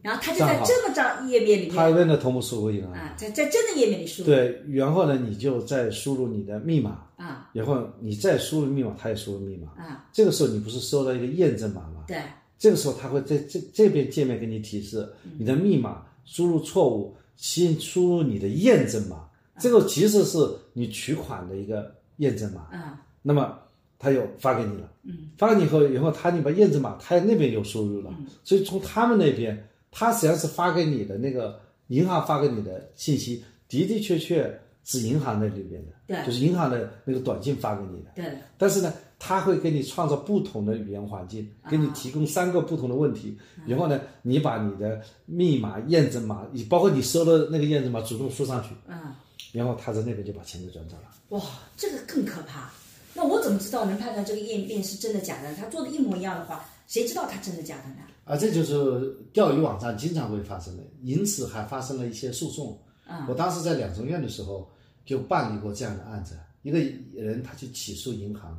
B: 然后他就在这么张页面里
C: 他
B: 面
C: 问的同步输入银行卡，
B: 啊，在在真的页面里输入
C: 对，然后呢，你就再输入你的密码，
B: 啊
C: 然后你再输入密码，他也输入密码。
B: 啊，
C: 这个时候你不是收到一个验证码吗？
B: 对
C: 这个时候他会在这这边界面给你提示你的密码输入错误，先输入你的验证码，这个其实是你取款的一个验证码。
B: 啊
C: 那么他又发给你了，
B: 嗯，
C: 发给你以后，然后他你把验证码，他那边有输入了，所以从他们那边，他实际上是发给你的那个银行发给你的信息，的的确确是银行那里边的，
B: 对
C: 就是银行的那个短信发给你的，
B: 对
C: 但是呢，他会给你创造不同的语言环境，给你提供三个不同的问题，然后呢，你把你的密码、验证码，你包括你收的那个验证码主动输上去，
B: 啊，
C: 然后他在那边就把钱给转走了。
B: 哇，这个更可怕。那我怎么知道能判断这个页面是真的假的？他做的一模一样的话，谁知道他真的假的呢？
D: 啊，这就是钓鱼网站经常会发生的，因此还发生了一些诉讼。
B: 啊
D: 我当时在两中院的时候就办理过这样的案子，一个人他去起诉银行，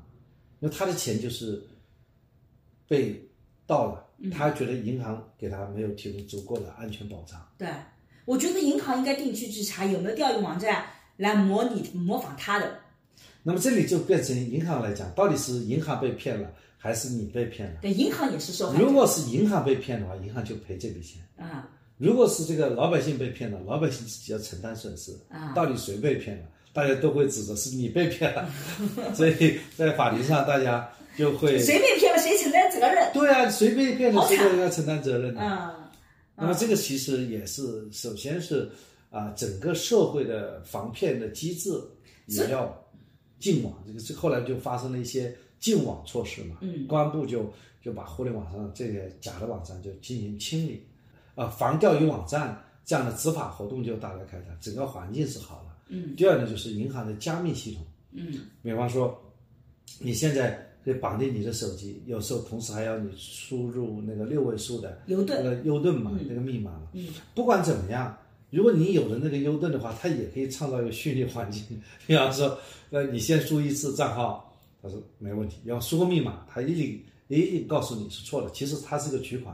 D: 因为他的钱就是被盗了，他觉得银行给他没有提供足够的安全保障。
B: 对，我觉得银行应该定期去查有没有钓鱼网站来模拟模仿他的。
C: 那么这里就变成银行来讲，到底是银行被骗了，还是你被骗了？
B: 对，银行也是受害者。
C: 如果是银行被骗的话，银行就赔这笔钱；
B: 啊
C: 如果是这个老百姓被骗了，老百姓自己要承担损失。
B: 啊
C: 到底谁被骗了？大家都会指责是你被骗了， *laughs* 所以在法律上大家就会
B: 谁被骗了谁承担责任。
C: 对啊，谁被骗了，
B: 好
C: 谁
B: 惨
C: 都要承担责任的。
B: 啊
C: 那么这个其实也是，呃首先是啊、整个社会的防骗的机制也要禁网，这个这后来就发生了一些禁网措施嘛，
B: 嗯
C: 公安部就就把互联网上这些假的网站就进行清理，啊、防钓鱼网站这样的执法活动就大大开展，整个环境是好了。
B: 嗯
C: 第二呢，就是银行的加密系统，
B: 嗯
C: 比方说，你现在可以绑定你的手机，有时候同时还要你输入那个六位数的
B: 牛顿
C: 那个 U 盾嘛，
B: 嗯
C: 那个密码嘛。
B: 嗯
C: 不管怎么样，如果你有了那个 U 盾的话，它也可以创造一个虚拟环境。 *laughs* 比方说，那你先输一次账号，他说没问题，然后输个密码，他一领一领告诉你是错的，其实它是个取款。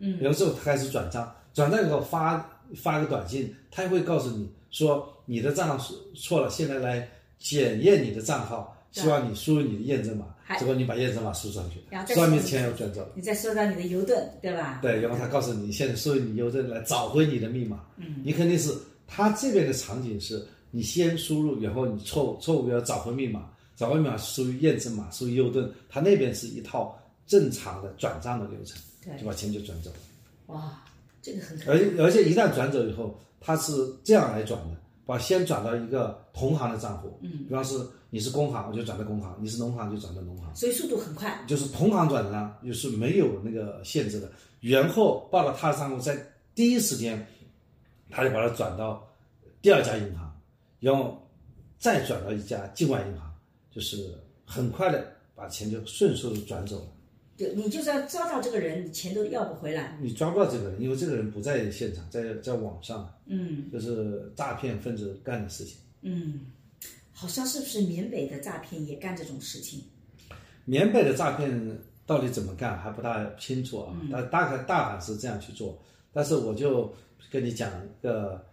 B: 嗯
C: 有时候他开始转账，转账以后发发个短信，他会告诉你说你的账号是错了，现在来检验你的账号，
B: 对
C: 希望你输入你的验证码
B: 还，
C: 结果你把验证码输上去
B: 然后，再
C: 输上
B: 输
C: 去
B: 入
C: 钱又转走了。
B: 你再说到你的牛顿，对吧？
C: 对，然后他告诉你现在输入你邮政来找回你的密码，
B: 嗯
C: 你肯定是他这边的场景是你先输入，然后你错误错误要找回密码，找回密码输入验证码，输入邮政，他那边是一套正常的转账的流程，
B: 对
C: 就把钱就转走了。
B: 哇，这个很可怕。
C: 而而且一旦转走以后，他是这样来转的，把先转到一个同行的账户，
B: 嗯，
C: 比方是你是工行，我就转到工行；你是农行，就转到农行，
B: 所以速度很快。
C: 就是同行转账就是没有那个限制的。然后报了他的账户，在第一时间，他就把它转到第二家银行，然后再转到一家境外银行，就是很快的把钱就迅速的转走了。
B: 对，你就算抓到这个人，你钱都要不回来。
C: 你抓不到这个人，因为这个人不在现场，在在网上。
B: 嗯
C: 就是诈骗分子干的事情。
B: 嗯，好像是不是缅北的诈骗也干这种事情？
C: 缅北的诈骗到底怎么干还不大清楚啊，但大概大概是这样去做。但是我就跟你讲一个，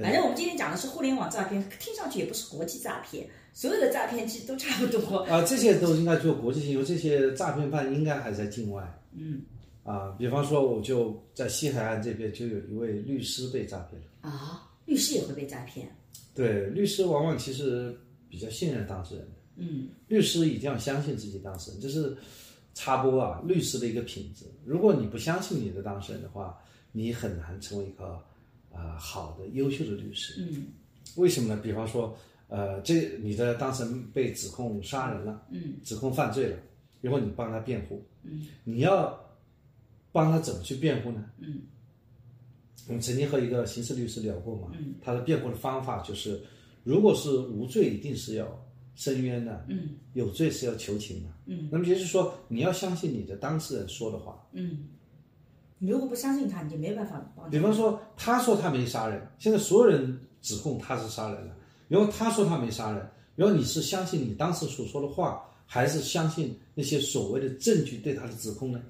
B: 反正我们今天讲的是互联网诈骗，听上去也不是国际诈骗，所有的诈骗其实都差不多。
C: 啊、这些都应该做国际性，因为这些诈骗犯应该还在境外。
B: 嗯
C: 啊，比方说，我就在西海岸这边就有一位律师被诈骗了。
B: 啊，律师也会被诈骗。
C: 对，律师往往其实比较信任当事人的，
B: 嗯
C: 律师一定要相信自己当事人，这是插播啊，律师的一个品质。如果你不相信你的当事人的话，你很难成为一个啊、呃好的、优秀的律师。
B: 嗯
C: 为什么呢？比方说，呃，这你的当事人被指控杀人了，
B: 嗯
C: 指控犯罪了，然后你帮他辩护，
B: 嗯，
C: 你要帮他怎么去辩护呢？
B: 嗯
C: 我们曾经和一个刑事律师聊过嘛，
B: 嗯
C: 他的辩护的方法就是，如果是无罪，一定是要申冤的，
B: 嗯
C: 有罪是要求情的。
B: 嗯
C: 那么也就是说，你要相信你的当事人说的话。
B: 嗯，你如果不相信他，你就没办法帮他。
C: 比方说，他说他没杀人，现在所有人指控他是杀人了，然后他说他没杀人，然后你是相信你当时所说的话，还是相信那些所谓的证据对他的指控呢？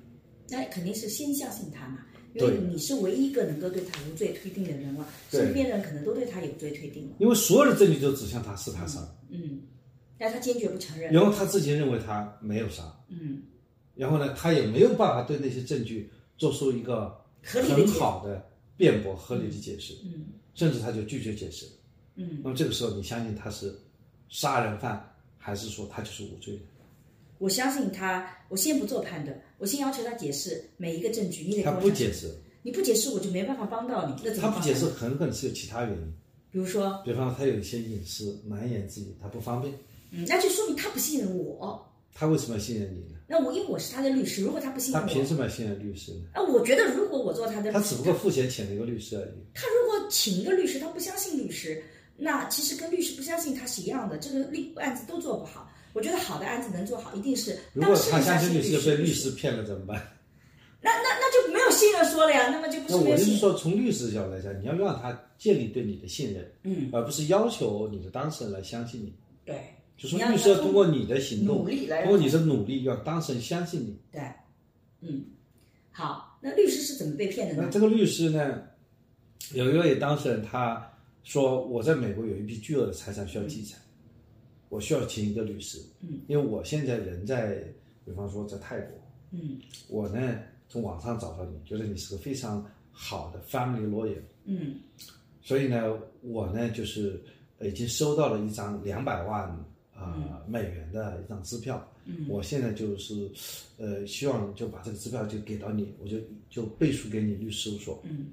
B: 那肯定是先相信他嘛，因
C: 对
B: 为你是唯一一个能够对他无罪推定的人了，
C: 对
B: 身边人可能都对他有罪推定了。
C: 因为所有的证据都指向他是他杀的，
B: 嗯，但他坚决不承认。
C: 然后他自己认为他没有杀，
B: 嗯，
C: 然后呢，他也没有办法对那些证据做出一个
B: 合理的
C: 很
B: 解释
C: 好的辩驳、合理的解释，
B: 嗯
C: 甚至他就拒绝解释。
B: 嗯，
C: 那么这个时候，你相信他是杀人犯，还是说他就是无罪的？
B: 我相信他，我先不做判断，我先要求他解释每一个证据，你得
C: 他
B: 跟我
C: 不
B: 讲
C: 解释，
B: 你不解释我就没办法帮到你。那怎么
C: 他不解释，
B: 帮到
C: 很可能是有其他原因，
B: 你？比如说，
C: 比方说他有一些隐私、难言之隐，他不方便。
B: 嗯，那就说明他不信任我。
C: 他为什么要信任你呢？
B: 那我因为我是他的律师，如果他不信
C: 他
B: 任
C: 凭
B: 我，
C: 什么要信任律师呢？
B: 啊，我觉得如果我做他的，
C: 他只不过付钱请了一个律师而已。
B: 他如果请一个律师，他不相信律师，那其实跟律师不相信他是一样的，这个律案子都做不好。我觉得好的案子能做好，一定是
C: 如
B: 当
C: 果
B: 事
C: 他
B: 人
C: 相信
B: 信
C: 律师被
B: 律
C: 律师，骗了怎么办？
B: 那那那就没有信任说了呀，那么就不
C: 那
B: 是没
C: 我
B: 有
C: 就是
B: 信任。
C: 说，从律师的角度来讲，你要让他建立对你的信任，
B: 嗯，
C: 而不是要求你的当事人来相信你。
B: 对
C: 就说
B: 你要
C: 律师要通过你的行动，
B: 努力来
C: 通过你的努力，让当事人相信你。
B: 对，嗯，好，那律师是怎么被骗的
C: 那
B: 呢？
C: 这个律师呢，有一位当事人他说，我在美国有一笔巨额的财产需要继承，我需要请一个律师，
B: 嗯，
C: 因为我现在人在，比方说在泰国，
B: 嗯
C: 我呢从网上找到你，觉得你是个非常好的 family lawyer，
B: 嗯
C: 所以呢，我呢就是呃已经收到了一张两百万啊、呃美元的一张支票，
B: 嗯
C: 我现在就是呃希望就把这个支票就给到你，我就就背书给你律师事务所，
B: 嗯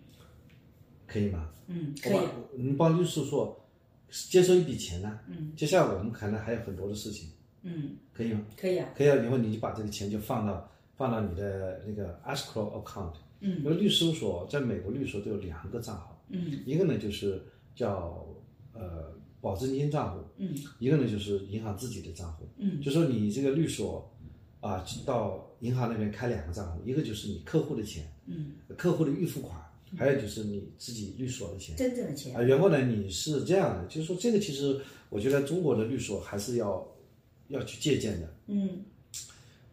C: 可以吗？
B: 嗯，可
C: 我
B: 以
C: 把，你帮律师事务所接收一笔钱呢、
B: 嗯
C: 接下来我们可能还有很多的事情，
B: 嗯，
C: 可以吗？
B: 可以啊，
C: 可以啊，然后你就把这个钱就放到放到你的那个 escrow account，因
B: 嗯
C: 为律师事务所在美国律所都有两个账号，
B: 嗯
C: 一个呢就是叫呃保证金账户，
B: 嗯
C: 一个呢就是银行自己的账户，
B: 嗯
C: 就说你这个律所啊、到银行那边开两个账户，一个就是你客户的钱，
B: 嗯，
C: 客户的预付款，还有就是你自己律所的钱。
B: 真正的钱
C: 啊，，然后呢，你是这样的，就是说这个其实我觉得中国的律所还是要要去借鉴的。
B: 嗯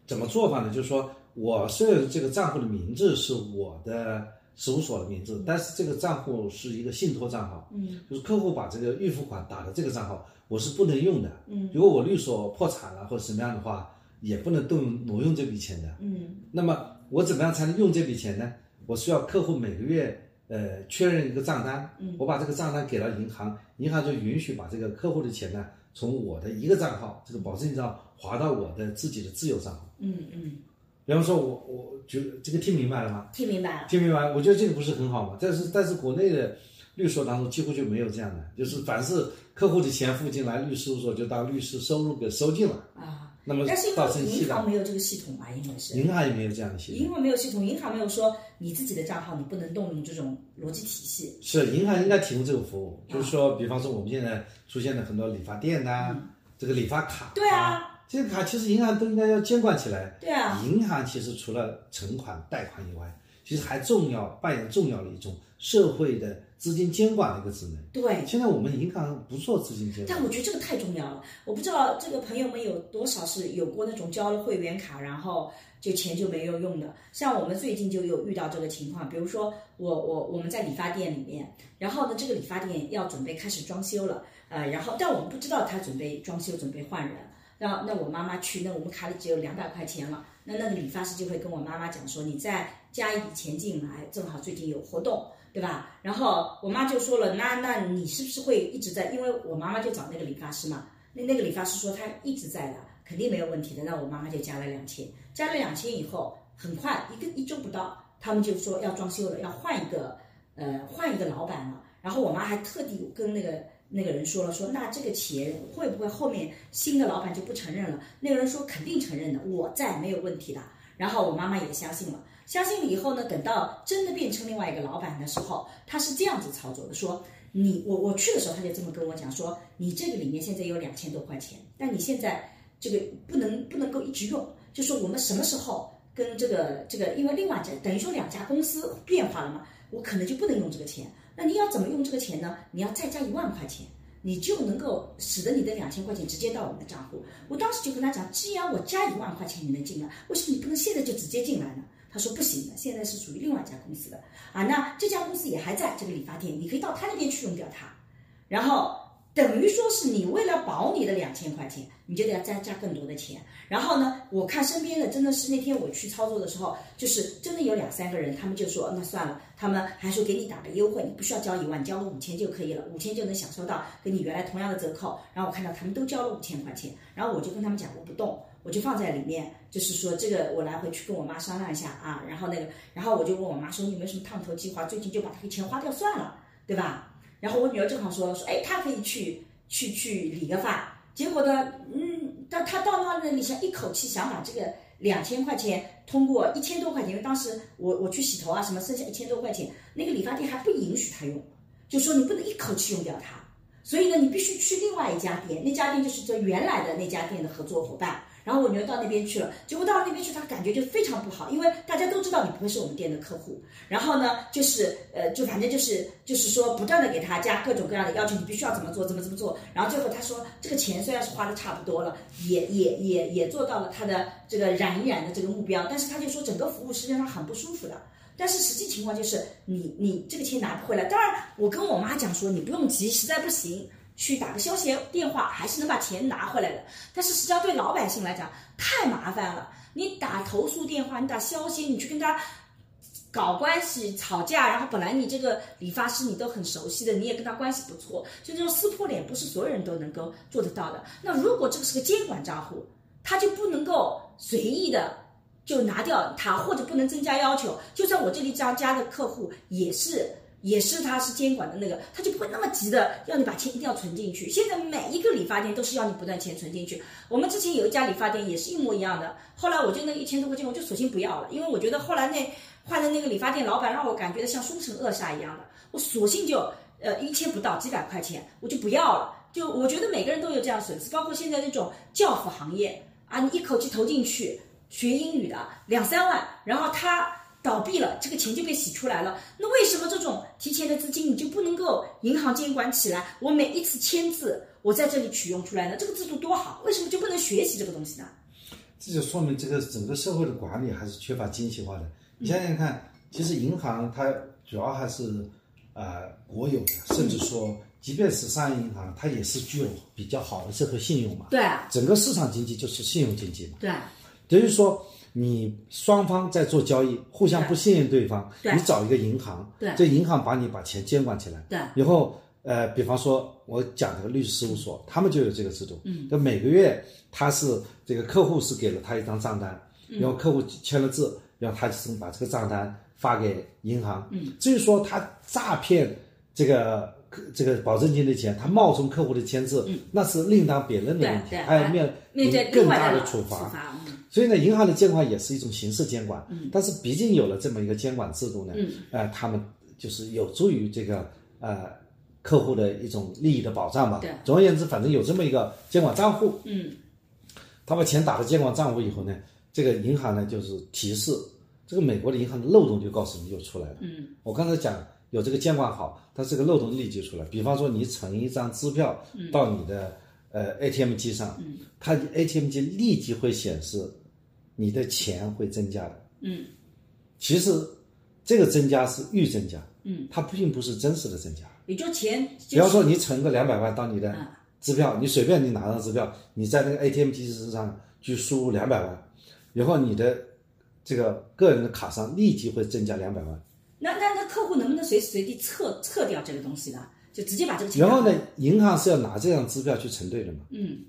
C: 怎么做法呢？就是说我是这个账户的名字是我的事务所的名字，但是这个账户是一个信托账号，
B: 嗯
C: 就是客户把这个预付款打到这个账号，我是不能用的。
B: 嗯
C: 如果我律所破产了或者什么样的话，也不能动用挪用这笔钱的。
B: 嗯
C: 那么我怎么样才能用这笔钱呢？我需要客户每个月呃确认一个账单，
B: 嗯
C: 我把这个账单给到银行，银行就允许把这个客户的钱呢从我的一个账号这个保证账号划到我的自己的自由账号。
B: 嗯嗯，
C: 比方说我，我觉得这个听明白了吗？
B: 听明白了，
C: 听明白？我觉得这个不是很好嘛。但是但是国内的律所当中几乎就没有这样的，就是凡是客户的钱付进来，律师事务所就当律师收入给收进来。
B: 啊，
C: 那么
B: 但是因
C: 造成
B: 为
C: 系
B: 银行
C: 统，
B: 没有这个系统吧，应该是。
C: 银行也没有这样的系
B: 银
C: 统。
B: 行没有系统，银行没有说你自己的账号你不能动用这种逻辑体系。
C: 是银行应该提供这个服
B: 啊
C: 务，就是说，比方说我们现在出现了很多理发店呐、这个理发卡、
B: 嗯对啊，
C: 这个卡其实银行都应该要监管起来。
B: 对啊，
C: 银行其实除了存款、贷款以外，其实还重要扮演重要的一种社会的资金监管的一个职能。
B: 对，
C: 现在我们银行不做资金监管
B: 但，我觉得这个太重要了。我不知道这个朋友们有多少是有过那种交了会员卡，然后就钱就没有用的。像我们最近就有遇到这个情况，比如说我我我们在理发店里面，然后呢这个理发店要准备开始装修了，呃，然后但我们不知道他准备装修，准备换人。那那我妈妈去，那我们卡里只有两百块钱了。那那个理发师就会跟我妈妈讲说，你再加一笔钱进来，正好最近有活动，对吧？然后我妈就说了，那那你是不是会一直在？因为我妈妈就找那个理发师嘛，那那个理发师说他一直在的，肯定没有问题的。那我妈妈就加了两千，加了两千以后，很快一个一周不到，他们就说要装修了，要换一个呃换一个老板了。然后我妈还特地跟那个那个人说了，说那这个钱会不会后面新的老板就不承认了？那个人说肯定承认的，我在没有问题的。然后我妈妈也相信了，相信了以后呢，等到真的变成另外一个老板的时候，他是这样子操作的，说你我我去的时候他就这么跟我讲说，你这个里面现在有两千多块钱，但你现在这个不能不能够一直用，就说我们什么时候跟这个这个，因为另外这等于说两家公司变化了嘛，我可能就不能用这个钱。那你要怎么用这个钱呢？你要再加一万块钱，你就能够使得你的两千块钱直接到我们的账户。我当时就跟他讲，既然我加一万块钱你能进来，为什么你不能现在就直接进来呢？他说不行的，现在是属于另外一家公司的啊。那这家公司也还在这个理发店，你可以到他那边去用掉它。然后等于说是你为了保你的两千块钱，你就得要再加更多的钱。然后呢，我看身边的真的是那天我去操作的时候，就是真的有两三个人，他们就说那算了，他们还说给你打个优惠，你不需要交一万，交了五千就可以了，五千就能享受到跟你原来同样的折扣。然后我看到他们都交了五千块钱，然后我就跟他们讲我不动，我就放在里面，就是说这个我来回去跟我妈商量一下啊，然后那个，然后我就问我妈说你有没有什么烫头计划，最近就把这个钱花掉算了，对吧？然后我女儿正好说说，哎，她可以去去去理个发。结果呢，嗯，但她到那里想一口气想把这个两千块钱通过一千多块钱，因为当时我我去洗头啊什么，剩下一千多块钱，那个理发店还不允许她用，就说你不能一口气用掉它，所以呢，你必须去另外一家店，那家店就是这原来的那家店的合作伙伴。然后我女儿到那边去了，结果到了那边去，她感觉就非常不好，因为大家都知道你不会是我们店的客户。然后呢，就是呃，就反正就是就是说不断的给她加各种各样的要求，你必须要怎么做，怎么怎么做。然后最后她说，这个钱虽然是花的差不多了，也也也也做到了她的这个染一染的这个目标，但是她就说整个服务实际上很不舒服的。但是实际情况就是你你这个钱拿不回来。当然，我跟我妈讲说你不用急，实在不行去打个消协电话，还是能把钱拿回来的。但是实际上对老百姓来讲太麻烦了，你打投诉电话，你打消协，你去跟他。搞关系、吵架，然后本来你这个理发师你都很熟悉的，你也跟他关系不错，就这种撕破脸不是所有人都能够做得到的。那如果这个是个监管账户，他就不能够随意的就拿掉它，或者不能增加要求。就算我这里加加的客户也是也是他是监管的那个，他就不会那么急的要你把钱一定要存进去。现在每一个理发店都是要你不断钱存进去。我们之前有一家理发店也是一模一样的，后来我就那一千多块钱我就索性不要了，因为我觉得后来那换的那个理发店老板让我感觉到像凶神恶煞一样的，我索性就呃一千不到几百块钱我就不要了。就我觉得每个人都有这样的损失，包括现在这种教辅行业啊，你一口气投进去，学英语的两三万，然后他倒闭了，这个钱就被洗出来了。那为什么这种提前的资金你就不能够银行监管起来？我每一次签字，我在这里取用出来呢，这个制度多好，为什么就不能学习这个东西呢？
C: 这就说明这个整个社会的管理还是缺乏精细化的。你想想看，其实银行它主要还是呃国有的，甚至说，即便是商业银行，它也是具有比较好的社会信用嘛。
B: 对啊
C: 整个市场经济就是信用经济嘛。
B: 对啊，
C: 等于说，你双方在做交易，互相不信任对方，
B: 对
C: 你找一个银行，
B: 对
C: 这银行把你把钱监管起来，
B: 对啊
C: 以后呃，比方说我讲这个律师事务所，他们就有这个制度，嗯，就每个月他是这个客户是给了他一张账单，
B: 嗯
C: 然后客户签了字，然后他就是把这个账单发给银行，嗯，至于说他诈骗这个。这个保证金的钱，他冒充客户的签字，那是另当别论的
B: 对
C: 问题
B: 嗯对，
C: 还要面嗯
B: 面对
C: 更
B: 另外
C: 大
B: 的
C: 的处
B: 罚
C: 罚。
B: 嗯
C: 所以呢，银行的监管也是一种形式监管，但是毕竟有了这么一个监管制度呢，
B: 嗯
C: 呃，他们就是有助于这个呃客户的一种利益的保障吧
B: 对。
C: 总而言之，反正有这么一个监管账户，
B: 嗯，
C: 他把钱打到监管账户以后呢，这个银行呢就是提示这这个美国的银行的漏洞就告诉你就出来了。
B: 嗯
C: 我刚才讲有这个监管好，它这个漏洞立即出来。比方说你存一张支票到你的、呃 ATM 机上，
B: 嗯
C: 它 ATM 机立即会显示你的钱会增加的。
B: 嗯
C: 其实这个增加是预增加，
B: 嗯，
C: 它并不是真实的增加。
B: 也就钱，
C: 比方说你存个两百万到你的
B: 啊
C: 支票，你随便你拿张支票，你在那个 ATM 机上去输入两百万，以后你的这个个人的卡上立即会增加两百万。
B: 那那那客户能不能随时随地撤撤掉这个东西呢？就直接把这个钱
C: 然后
B: 拿
C: 呢
B: 回来？，
C: 银行是要拿这张支票去承兑的嘛，
B: 嗯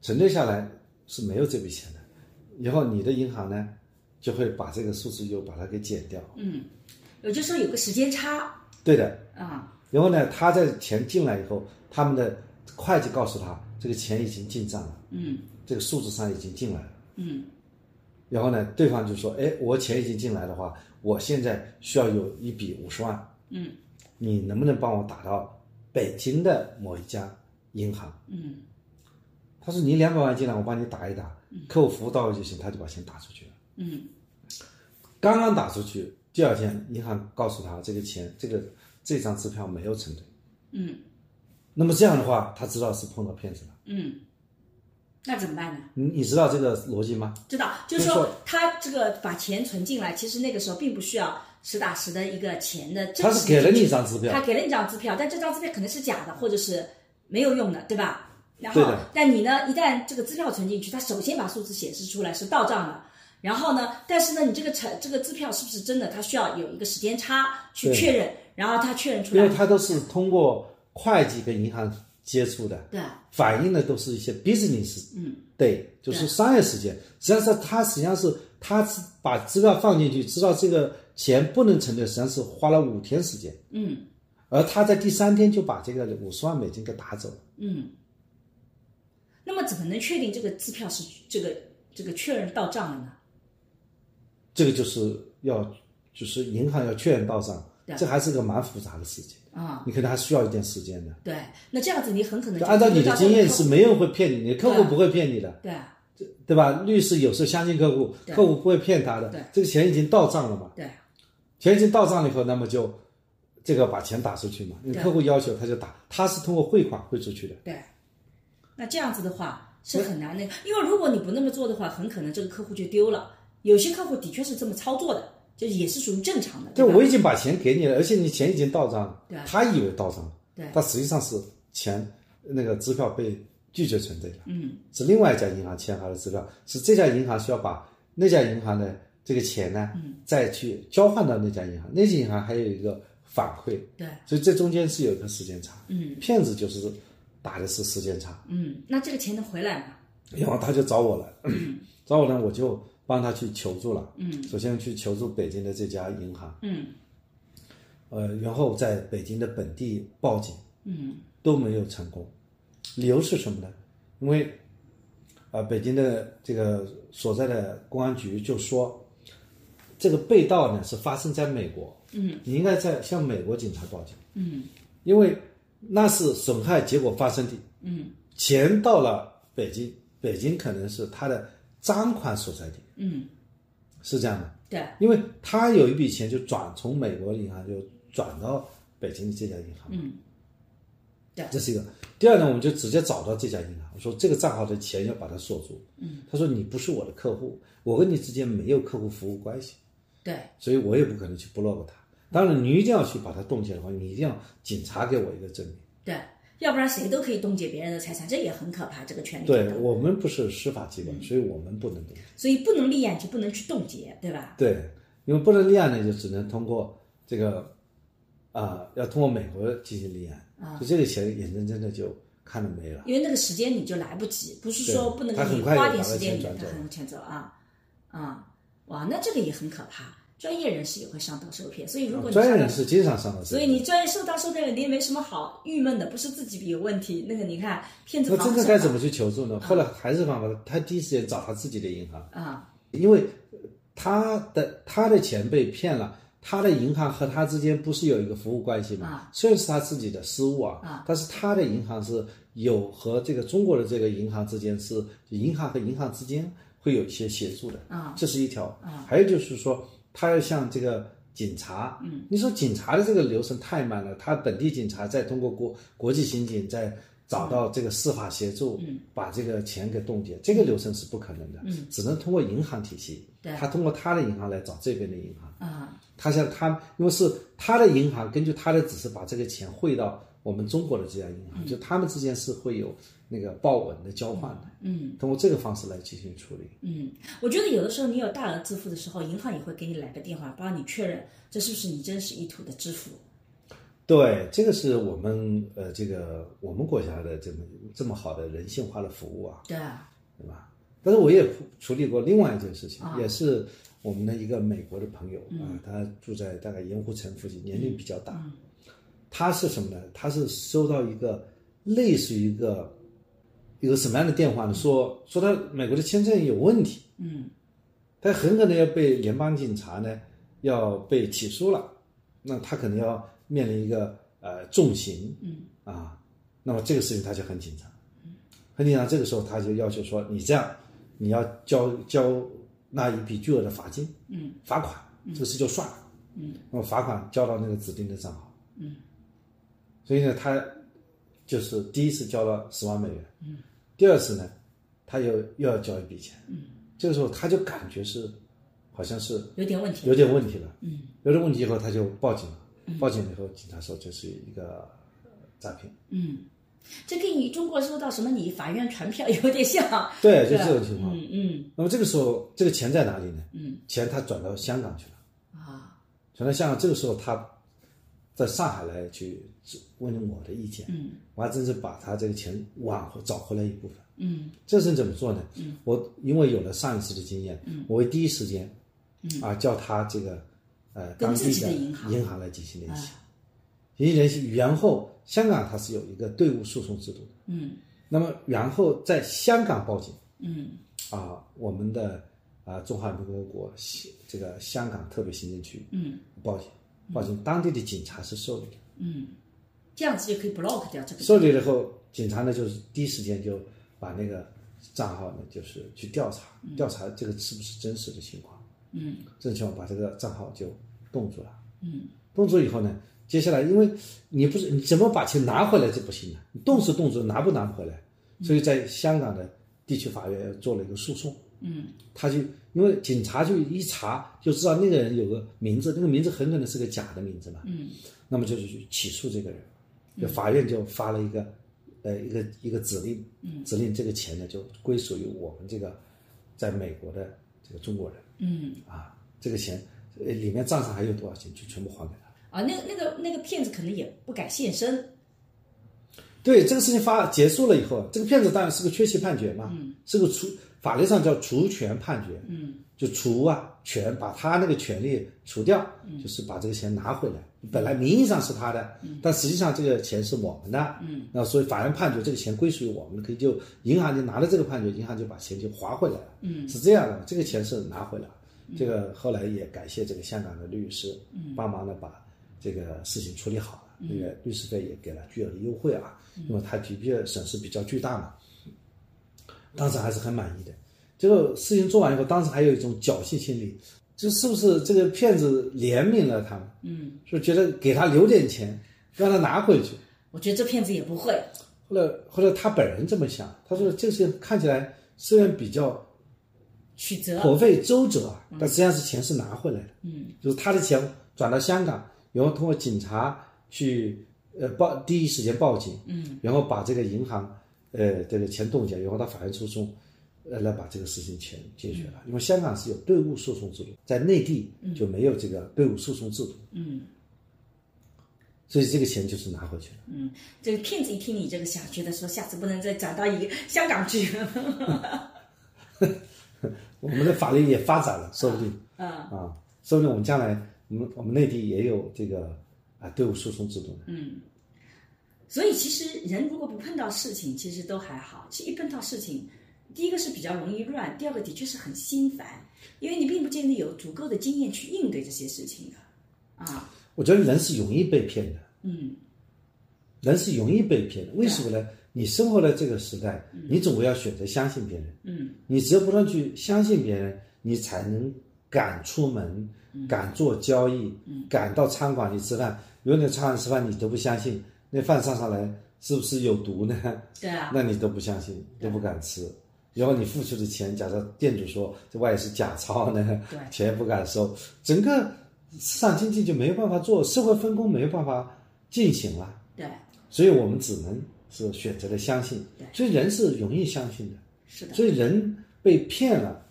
C: 承兑下来是没有这笔钱的，以后你的银行呢就会把这个数字又把它给减掉，
B: 嗯，也就是说有个时间差
C: 对的。
B: 啊，
C: 然后呢，他在钱进来以后，他们的会计告诉他这个钱已经进账了，
B: 嗯
C: 这个数字上已经进来了。
B: 嗯
C: 然后呢，对方就说：“哎，我钱已经进来的话，我现在需要有一笔五十万，
B: 嗯
C: 你能不能帮我打到北京的某一家银行？”
B: 嗯
C: 他说：“你两百万进来，我帮你打一打，客户服务到位就行。”他就把钱打出去了。
B: 嗯
C: 刚刚打出去，第二天银行告诉他这个钱，这个这张支票没有承兑。
B: 嗯
C: 那么这样的话，他知道是碰到骗子了。
B: 嗯，那怎么办呢？
C: 你你知道这个逻辑吗？
B: 知道，就是
C: 没
B: 说
C: 错
B: 他这个把钱存进来，其实那个时候并不需要实打实的一个钱的真
C: 他
B: 实
C: 是
B: 的
C: 给了你一
B: 支
C: 张支票
B: 他，给了你一张支票，但这张支票可能是假的，或者是没有用的，对吧？然后
C: 对的，
B: 但你呢，一旦这个支票存进去，它首先把数字显示出来是到账了。然后呢，但是呢，你这个成这个支票是不是真的？它需要有一个时间差去
C: 对
B: 确认，然后它确认出
C: 因
B: 来
C: 为，他都是通过会计跟银行接触的，
B: 对，啊
C: 反映的都是一些 business
B: 嗯
C: day，就是商业时间。实际上是他实际上是他是把资料放进去，知道这个钱不能承兑，实际上是花了五天时间。
B: 嗯
C: 而他在第三天就把这个五十万美金给打走了。
B: 嗯。那么怎么能确定这个支票是这个这个确认到账了呢？
C: 这个就是要，就是银行要确认到账
B: 对，
C: 这还是个蛮复杂的事情，
B: 啊、
C: 你可能还需要一点时间的。
B: 对，那这样子你很可能
C: 就
B: 就
C: 按照你的经验
B: 不知道这个客
C: 是
B: 户
C: 没人会骗你，你的客户
B: 对
C: 不会骗你的，
B: 对啊
C: 对吧？律师有时候相信客户，
B: 对
C: 客户不会骗他
B: 对
C: 的。这个钱已经到账了嘛，
B: 对
C: 钱已经到账了以后，那么就这个把钱打出去嘛，你
B: 对
C: 客户要求他就打，他是通过汇款汇出去的。
B: 对，那这样子的话是很难那个，因为如果你不那么做的话，很可能这个客户就丢了。有些客户的确是这么操作的，就也是属于正常的。
C: 就
B: 吧
C: 我已经把钱给你了，而且你钱已经到账了
B: 对，
C: 他以为到账了，
B: 对，
C: 但实际上是钱那个支票被拒绝存兑了，
B: 嗯
C: 是另外一家银行签发的支票，是这家银行需要把那家银行的这个钱呢，
B: 嗯
C: 再去交换到那家银行，那家银行还有一个反馈，
B: 对，
C: 所以这中间是有一个时间差。
B: 嗯
C: 骗子就是打的是时间差，
B: 嗯，那这个钱能回来吗？
C: 然后他就找我了， *clears throat* 找我呢，我就帮他去求助了。
B: 嗯
C: 首先去求助北京的这家银行，
B: 嗯
C: 呃，然后在北京的本地报警
B: 嗯
C: 都没有成功，理由是什么呢？因为，啊、北京的这个所在的公安局就说，这个被盗呢是发生在美国，
B: 嗯，
C: 你应该在向美国警察报警，
B: 嗯
C: 因为那是损害结果发生地，
B: 嗯
C: 钱到了北京，北京可能是他的赃款所在地，
B: 嗯，
C: 是这样的。
B: 对，
C: 因为他有一笔钱就转从美国银行就转到北京的这家银行，
B: 嗯对，
C: 这是一个。第二呢，我们就直接找到这家银行，我说这个账号的钱要把它锁住。
B: 嗯，
C: 他说你不是我的客户，我跟你之间没有客户服务关系，
B: 对
C: 所以我也不可能去 block 他。当然，你一定要去把它冻结的话，你一定要警察给我一个证明。
B: 对，要不然谁都可以冻结别人的财产，这也很可怕，这个权利
C: 对
B: 的
C: 我们不是司法机关，所以我们不能冻结。
B: 所以不能立案就不能去冻结，对吧？
C: 对，因为不能立案呢，就只能通过这个啊、要通过美国进行立案，
B: 啊
C: 就这个钱眼睁睁的就看着没了。
B: 因为那个时间你就来不及，不是
C: 对
B: 说不能
C: 他
B: 给你
C: 很快就
B: 花
C: 把
B: 点
C: 那
B: 时间，
C: 钱
B: 你
C: 转
B: 他
C: 走
B: 很抢走啊啊、哇，那这个也很可怕，专业人士也会上当受骗，所以如果你
C: 专业
B: 上
C: 人
B: 当
C: 士经常上了，
B: 所以你专业受当受骗了，你也没什么好郁闷的，不是自己有问题，那个你看骗子
C: 那
B: 防
C: 真
B: 不
C: 的
B: 胜
C: 该怎
B: 防
C: 么去求助呢？后来还是办法，他第一时间找他自己的银行，
B: 啊？
C: 因为他的他的钱被骗了。他的银行和他之间不是有一个服务关系吗？
B: 啊
C: 虽然是他自己的失误啊，
B: 啊
C: 但是他的银行是有和这个中国的这个银行之间是银行和银行之间会有一些协助的
B: 啊
C: 这是一条
B: 啊。
C: 还有就是说，他要向这个警察，
E: 嗯，
C: 你说警察的这个流程太慢了，他本地警察再通过国国际刑警再找到这个司法协助，
B: 嗯，
C: 把这个钱给冻结，这个流程是不可能的，
B: 嗯，
C: 只能通过银行体系，
B: 对
C: 他通过他的银行来找这边的银行，
B: 啊，
C: 他向他，因为是他的银行根据他的指示把这个钱汇到我们中国的这家银
B: 嗯
C: 行，就他们之间是会有那个报文的交换的，
B: 嗯
C: 通过这个方式来进行处理。
B: 嗯，我觉得有的时候你有大额支付的时候，银行也会给你来个电话，帮你确认这是不是你真实意图的支付。
C: 对，这个是我们呃，这个我们国家的这么这么好的人性化的服务啊，
B: 对啊，
C: 对吧？但是我也处理过另外一件事情，
B: 啊
C: 也是我们的一个美国的朋友啊、
B: 嗯
C: 他住在大概盐湖城附近，年龄比较大。
B: 嗯
C: 他是什么呢？他是收到一个类似于一个一个什么样的电话呢？说说他美国的签证有问题，
B: 嗯
C: 他很可能要被联邦警察呢要被起诉了，那他可能要面临一个呃重刑
B: 嗯
C: 啊。那么这个事情他就很紧张，很紧张。这个时候他就要求说，你这样你要交交纳一笔巨额的罚金
B: 嗯
C: 罚款，这个事就算了。
B: 嗯，
C: 那么罚款交到那个指定的账号。
B: 嗯，
C: 所以呢，他就是第一次交了十万美元，
B: 嗯，
C: 第二次呢，他又又要交一笔钱，
B: 嗯，
C: 这个时候他就感觉是好像是
B: 有点问题。
C: 有点问题了，
B: 嗯
C: 有点问题以后他就报警了，报警以后警察说这是一个诈骗，
B: 嗯，这跟你中国收到什么你法院传票有点像。
C: 对，就
B: 吧
C: 这种情况。
B: 嗯嗯
C: 那么这个时候，这个钱在哪里呢？
B: 嗯
C: 钱他转到香港去了，
B: 啊
C: 转到香港，这个时候他在上海来去问我的意见，
B: 嗯
C: 我还真是把他这个钱挽回找回来一部分。
B: 嗯
C: 这是怎么做呢？
B: 嗯
C: 我因为有了上一次的经验，
B: 嗯
C: 我会第一时间，
B: 嗯
C: 啊，叫他这个呃
B: 跟
C: 当
B: 自
C: 地
B: 己的银
C: 银
B: 行
C: 行来进行联系
B: 啊，
C: 进行联系。然后香港它是有一个队伍诉讼制度的，
B: 嗯
C: 那么然后在香港报警
B: 嗯
C: 啊，我们的啊中华人民共和国西这个香港特别行政区
B: 嗯
C: 报警，报警当地的警察是受理的，
B: 嗯，这样子就可以 block 掉这个。
C: 受理了以后，警察呢就是第一时间就把那个账号呢就是去调查，调查这个是不是真实的情况。
B: 嗯
C: 这种情况把这个账号就冻住了。
B: 嗯
C: 冻住以后呢，接下来因为你不是你怎么把钱拿回来这不行啊，你冻是冻住，拿不拿不回来。所以在香港的地区法院做了一个诉讼，
B: 嗯
C: 他就因为警察就一查就知道那个人有个名字，那个名字很可能是个假的名字嘛，
B: 嗯
C: 那么就是去起诉这个人，就法院就发了一个，呃，一个一个指令，
B: 嗯
C: 指令这个钱呢就归属于我们这个在美国的这个中国人。
B: 嗯。
C: 啊，这个钱呃里面账上还有多少钱，就全部还给他。
B: 啊，那个那个那个骗子可能也不敢现身。
C: 对这个事情发结束了以后，这个骗子当然是个缺席判决嘛，
B: 嗯
C: 是个除法律上叫除权判决，
B: 嗯
C: 就除啊权，把他那个权利除掉，
B: 嗯
C: 就是把这个钱拿回来。本来名义上是他的，但实际上这个钱是我们的，
B: 嗯
C: 那所以法院判决这个钱归属于我们，可以就银行就拿了这个判决，银行就把钱就划回来了，
B: 嗯
C: 是这样的，这个钱是拿回来了。这个后来也感谢这个香港的律师
B: 嗯
C: 帮忙呢，把这个事情处理好了，那个律师费也给了巨额的优惠啊，
B: 嗯
C: 因为他的确损失比较巨大嘛，当时还是很满意的。结果事情做完以后，当时还有一种侥幸心理，这是不是这个骗子怜悯了他们，
B: 嗯，
C: 就觉得给他留点钱，让他拿回去。
B: 我觉得这骗子也不会。
C: 后来后来他本人这么想，他说这个事情看起来虽然比较
B: 曲折。
C: 颇费周折啊，但实际上是钱是拿回来的，
B: 嗯
C: 就是他的钱转到香港，然后通过警察去呃报第一时间报警，
B: 嗯
C: 然后把这个银行呃这个钱冻结，然后到法院诉讼，呃来把这个事情全解决了。因为香港是有队伍诉讼制度，在内地就没有这个队伍诉讼制度，
B: 嗯
C: 所以这个钱就是拿回去了。
B: 嗯，这个骗子一听你这个想，觉得说下次不能再转到一个香港 *laughs* 去。
C: 我们的法律也发展了，说不定
B: 嗯
C: 啊，说不定我们将来我们我们内地也有这个啊队伍诉讼制度呢。
B: 嗯。所以其实人如果不碰到事情，其实都还好。其实一碰到事情，第一个是比较容易乱，第二个的确是很心烦，因为你并不见得有足够的经验去应对这些事情的。啊，
C: 我觉得人是容易被骗的。
B: 嗯
C: 人是容易被骗的，为什么呢？你生活在这个时代，你总归要选择相信别人。
B: 嗯
C: 你只有不断去相信别人，你才能敢出门，
B: 嗯
C: 敢做交易，敢到餐馆去吃饭。如果你餐馆吃饭你都不相信，那饭上上来是不是有毒呢？ *laughs*
B: 对啊，
C: 那你都不相信，都不敢吃。然后你付出的钱，假设店主说这外是假钞呢
B: 对，
C: 钱也不敢收，整个市场经济就没有办法做，社会分工没有办法进行了。
B: 对，
C: 所以我们只能是选择了相信
B: 对。
C: 所以人是容易相信的，
B: 是的，
C: 所以人被骗了，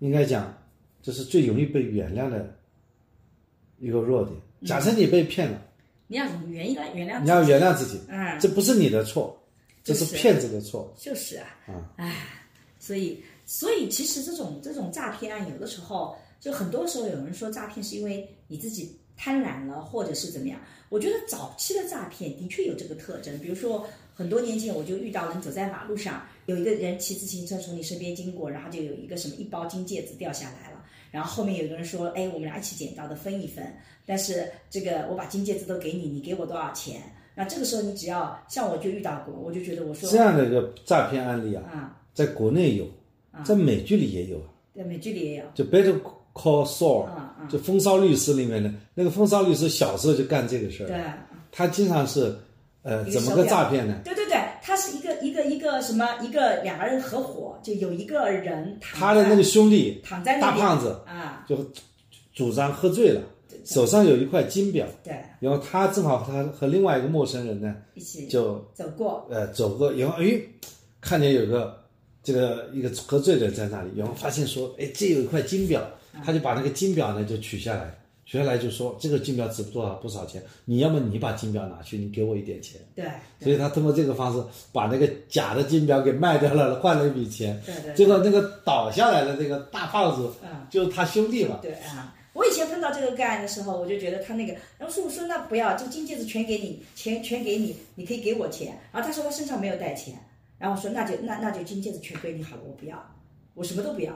C: 应该讲这是最容易被原谅的一个弱点。假设你被骗了，
B: 你要原谅原谅自己，
C: 你要原谅自己，
B: 嗯，
C: 这不是你的错，这
B: 就是
C: 是骗子的错。
B: 就是啊，哎，所以所以其实这种这种诈骗案，有的时候就很多时候有人说诈骗是因为你自己贪婪了，或者是怎么样。我觉得早期的诈骗的确有这个特征，比如说很多年前我就遇到了，你走在马路上，有一个人骑自行车从你身边经过，然后就有一个什么一包金戒指掉下来了。然后后面有一个人说：“哎，我们俩一起捡到的，分一分。但是这个我把金戒指都给你，你给我多少钱？”那这个时候你只要像我就遇到过，我就觉得我说
C: 这样的一个诈骗案例啊，
B: 啊，
C: 在国内有，
B: 嗯
C: 在美剧里也有啊，
B: 对，美剧里也有，
C: 就 Better Call Saul，
B: 嗯嗯
C: 就《风骚律师》里面的那个风骚律师小时候就干这个事
B: 对
C: 儿，他经常是，呃，
B: 嗯一个
C: 怎么
B: 手
C: 个
B: 表
C: 诈骗呢？
B: 对对对，他是一个一个一个什么一个两个人合伙，就有一个人躺
C: 他的那个兄弟
B: 躺嗯在那
C: 大
B: 里
C: 胖子
B: 啊，
C: 就主张喝醉了，手上有一块金表，
B: 对，
C: 然后他正好他和另外一个陌生人呢，
B: 一起
C: 就
B: 走过，
C: 呃走过，然后哎，看见有个这个一个喝醉的人在那里，然后发现说，哎，这有一块金表，
B: 嗯
C: 他就把那个金表呢就取下来，取下来就说这个金表值多少多少钱，你要么你把金表拿去，你给我一点钱。
B: 对
C: 所以他通过这个方式把那个假的金表给卖掉了，换了一笔钱。
B: 对对
C: 结果那个倒下来的那个大胖子
B: 嗯，
C: 就是他兄弟嘛。
B: 对啊。我以前碰到这个个案的时候，我就觉得他那个，然后说我说那不要，这金戒指全给你，全全给你，你可以给我钱。然后他说他身上没有带钱，然后我说那就那那就金戒指全归你好了，我不要，我什么都不要。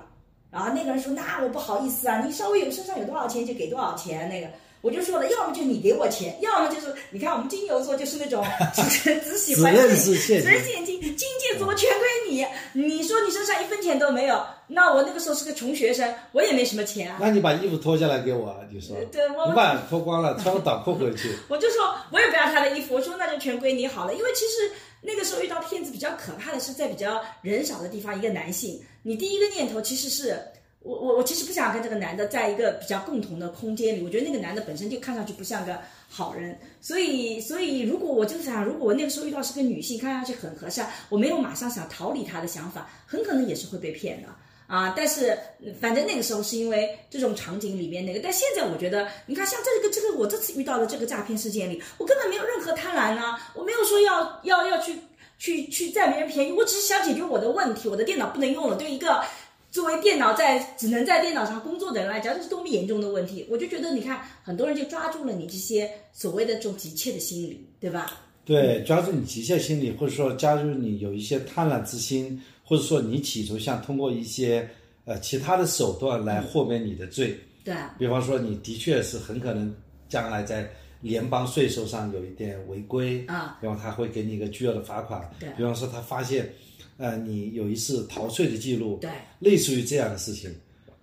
B: 然后那个人说那我不好意思啊，你稍微有身上有多少钱就给多少钱那个。我就说了，要么就你给我钱，要么就是你看我们金牛座就是那种只只喜欢
C: 只认
B: 现
C: 识现
B: 只
C: 金
B: 认识现金，金戒指我全归你。你说啊你身上一分钱都没有，那我那个时候是个穷学生，我也没什么钱啊。
C: 那你把衣服脱下来给我啊，你说，
B: 对我
C: 你把脱光了，穿个短裤回
B: *laughs*
C: 去。
B: 我就说我也不要他的衣服，我说那就全归你好了。因为其实那个时候遇到骗子比较可怕的是，在比较人少的地方，一个男性，你第一个念头其实是我我我其实不想跟这个男的在一个比较共同的空间里，我觉得那个男的本身就看上去不像个好人，所以所以如果我就想，如果我那个时候遇到是个女性，看上去很和善，我没有马上想逃离她的想法，很可能也是会被骗的。啊，但是嗯反正那个时候是因为这种场景里面那个，但现在我觉得，你看像这个这个我这次遇到的这个诈骗事件里，我根本没有任何贪婪啊，我没有说要要要去去去占别人便宜，我只是想解决我的问题，我的电脑不能用了，对一个作为电脑在只能在电脑上工作的人来讲，这是多么严重的问题！我就觉得，你看很多人就抓住了你这些所谓的这种急切的心理，对吧？
C: 对，抓住你急切心理，或者说加入你有一些贪婪之心，或者说你企图想通过一些呃其他的手段来豁免你的罪。
B: 嗯对
C: 比方说，你的确是很可能将来在联邦税收上有一点违规
B: 啊，
C: 然后他会给你一个巨额的罚款。
B: 对
C: 比方说他发现，呃，你有一次逃税的记录，
B: 对，
C: 类似于这样的事情，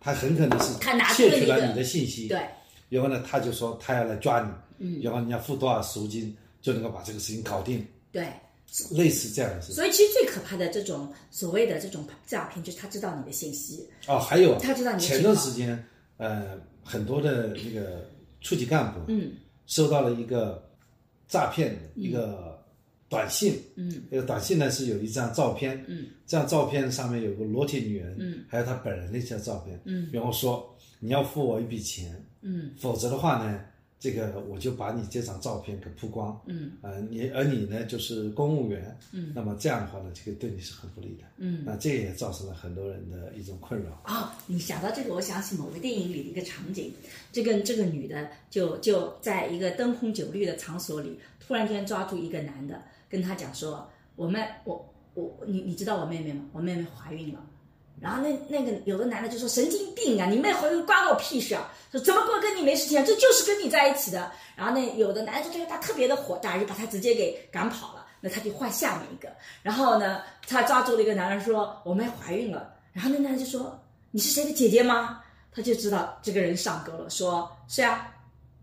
C: 他很可能是
B: 他拿出
C: 窃
B: 了
C: 取
B: 一个
C: 了你的信息，
B: 对，
C: 然后呢，他就说他要来抓你，嗯，然后你要付多少赎金就能够把这个事情搞定，
B: 对。
C: 类似这样的事情。
B: 所以其实最可怕的这种所谓的这种诈骗，就是他知道你的信息，
C: 哦，还有啊
B: 他知道你的
C: 前
B: 情
C: 段
B: 况
C: 时间，呃，很多的那个处级干部，
B: 嗯，
C: 收到了一个诈骗的一个短信，
B: 嗯，
C: 那个短信呢是有一张照片，
B: 嗯，
C: 这张照片上面有个裸体女人，
B: 嗯，
C: 还有她本人的一些照片，
B: 嗯，
C: 然后说你要付我一笔钱，
B: 嗯，
C: 否则的话呢，这个我就把你这张照片给曝光，
B: 嗯，
C: 呃，你而你呢就是公务员，
B: 嗯，
C: 那么这样的话呢，这个对你是很不利的，
B: 嗯
C: 那这也造成了很多人的一种困
B: *laughs*
C: 扰。
B: 哦，你想到这个，我想起某个电影里的一个场景，这个这个女的就就在一个灯红酒绿的场所里，突然间抓住一个男的，跟他讲说：“我妹，我我你你知道我妹妹吗？我妹妹怀孕了。”然后那那个有的男的就说神经病啊，你妹怀孕关我屁事啊！说怎么会跟你没事情啊？这就是跟你在一起的。然后那有的男的就觉得他特别的火大，就把他直接给赶跑了。那他就换下面一个。然后呢，他抓住了一个男人说我妹怀孕了。然后那男人就说你是谁的姐姐吗？他就知道这个人上钩了，说是啊，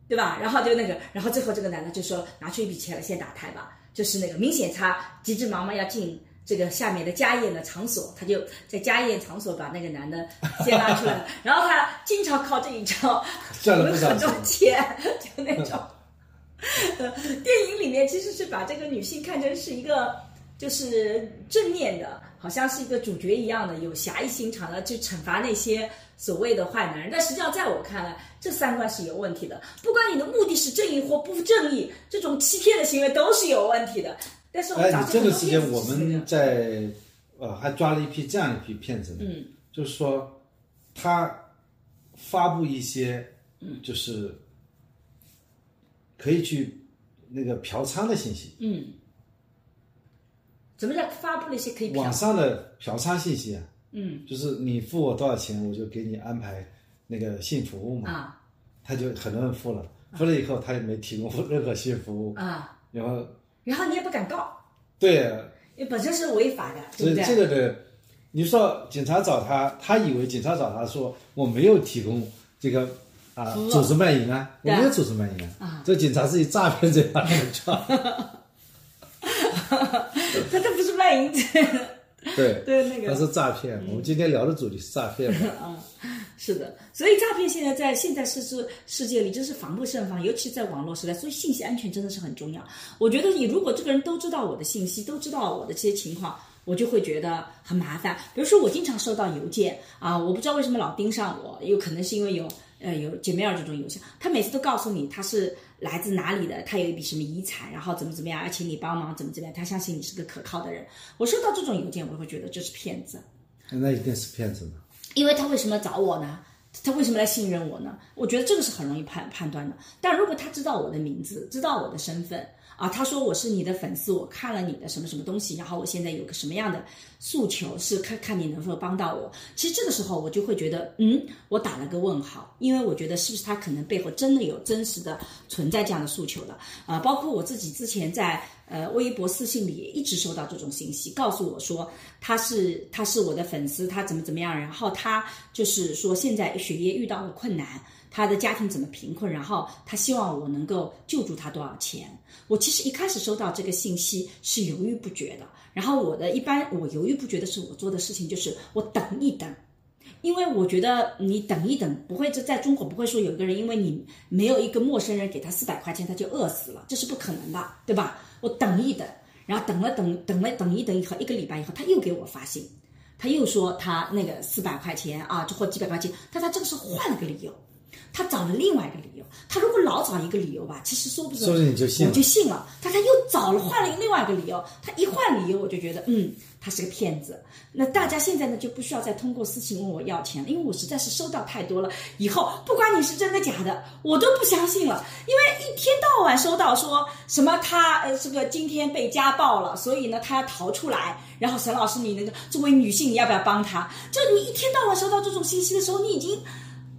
B: 对吧？然后就那个，然后最后这个男的就说拿出一笔钱来先打胎吧，就是那个明显他急急忙忙要进这个下面的家宴的场所，他就在家宴场所把那个男的先拉出来了，然后他经常靠这一招
C: 赚了不少
B: 很多
C: 钱
B: 钱，就那种。 *laughs* 呃，电影里面其实是把这个女性看成是一个就是正面的，好像是一个主角一样的，有侠义心肠的去惩罚那些所谓的坏男人。但实际上，在我看来，这三观是有问题的。不管你的目的是正义或不正义，这种欺骗的行为都是有问题的。但是我
C: 哎，
B: 们
C: 你
B: 杂
C: 这
B: 志很多
C: 个
B: 啊电
C: 时
B: 视
C: 间我
B: 是这样
C: 们在呃还抓了一批这样一批骗子呢，
B: 嗯
C: 就是说他发布一些
B: 嗯
C: 就是可以去那个嫖娼的信息，
B: 嗯，怎么叫发布了一些可以嫖
C: 网上的嫖娼信息啊，
B: 嗯
C: 就是你付我多少钱，我就给你安排那个性服务嘛，
B: 啊
C: 他就很多人付了，付了以后他也没提供任何性服务，
B: 啊，
C: 然后
B: 然后你也不敢告，
C: 对啊。
B: 因为本身是违法的，
C: 所
B: 对
C: 以
B: 不对？
C: 这个的，你说警察找他，他以为警察找他说我没有提供这个啊
B: 服务
C: 组织卖淫啊，我
B: 对啊
C: 没有组织卖淫
B: 啊
C: 这警察是以诈骗罪把他们抓。
B: *laughs* 他这不是卖淫罪的。
C: 对，
B: 对那个
C: 他是诈骗。
B: 嗯
C: 我们今天聊的主题是诈骗
B: *laughs*
C: 嘛，
B: 是的，所以诈骗现在在现在世世世界里真是防不胜防，尤其在网络时代，所以信息安全真的是很重要。我觉得你如果这个人都知道我的信息，都知道我的这些情况，我就会觉得很麻烦。比如说，我经常收到邮件啊，我不知道为什么老盯上我，有可能是因为有呃有姐妹儿这种邮箱，他每次都告诉你他是来自哪里的，他有一笔什么遗产，然后怎么怎么样，要请你帮忙，怎么怎么样，他相信你是个可靠的人。我收到这种邮件，我会觉得这是骗子。
C: 那一定是骗子嘛。
B: 因为他为什么找我呢？他为什么来信任我呢？我觉得这个是很容易判判断的。但如果他知道我的名字，知道我的身份啊，他说我是你的粉丝，我看了你的什么什么东西，然后我现在有个什么样的诉求，是看看你能否帮到我。其实这个时候我就会觉得，嗯，我打了个问号，因为我觉得是不是他可能背后真的有真实的存在这样的诉求的啊、包括我自己之前在呃微博私信里也一直收到这种信息，告诉我说他是他是我的粉丝，他怎么怎么样，然后他就是说现在学业遇到了困难，他的家庭怎么贫困，然后他希望我能够救助他多少钱。我其实一开始收到这个信息是犹豫不决的，然后我的一般我犹豫不决的是我做的事情就是我等一等。因为我觉得你等一等，不会这在中国不会说有一个人，因为你没有一个陌生人给他四百块钱，他就饿死了，这是不可能的，对吧？我等一等，然后等了等等了等一等以后，一个礼拜以后，他又给我发信，他又说他那个四百块钱啊，就或几百块钱，但他这个时候换了个理由，他找了另外一个理由。他如果老找一个理由吧，其实说不准，
C: 说不定你就信了
B: 我就信了。但他又找了换了另外一个理由，他一换理由，我就觉得嗯，他是个骗子。那大家现在呢就不需要再通过私信问我要钱了，因为我实在是收到太多了。以后不管你是真的假的，我都不相信了，因为一天到晚收到说什么他呃这个今天被家暴了，所以呢他要逃出来。然后沈老师，你那个作为女性，你要不要帮他？就你一天到晚收到这种信息的时候，你已经。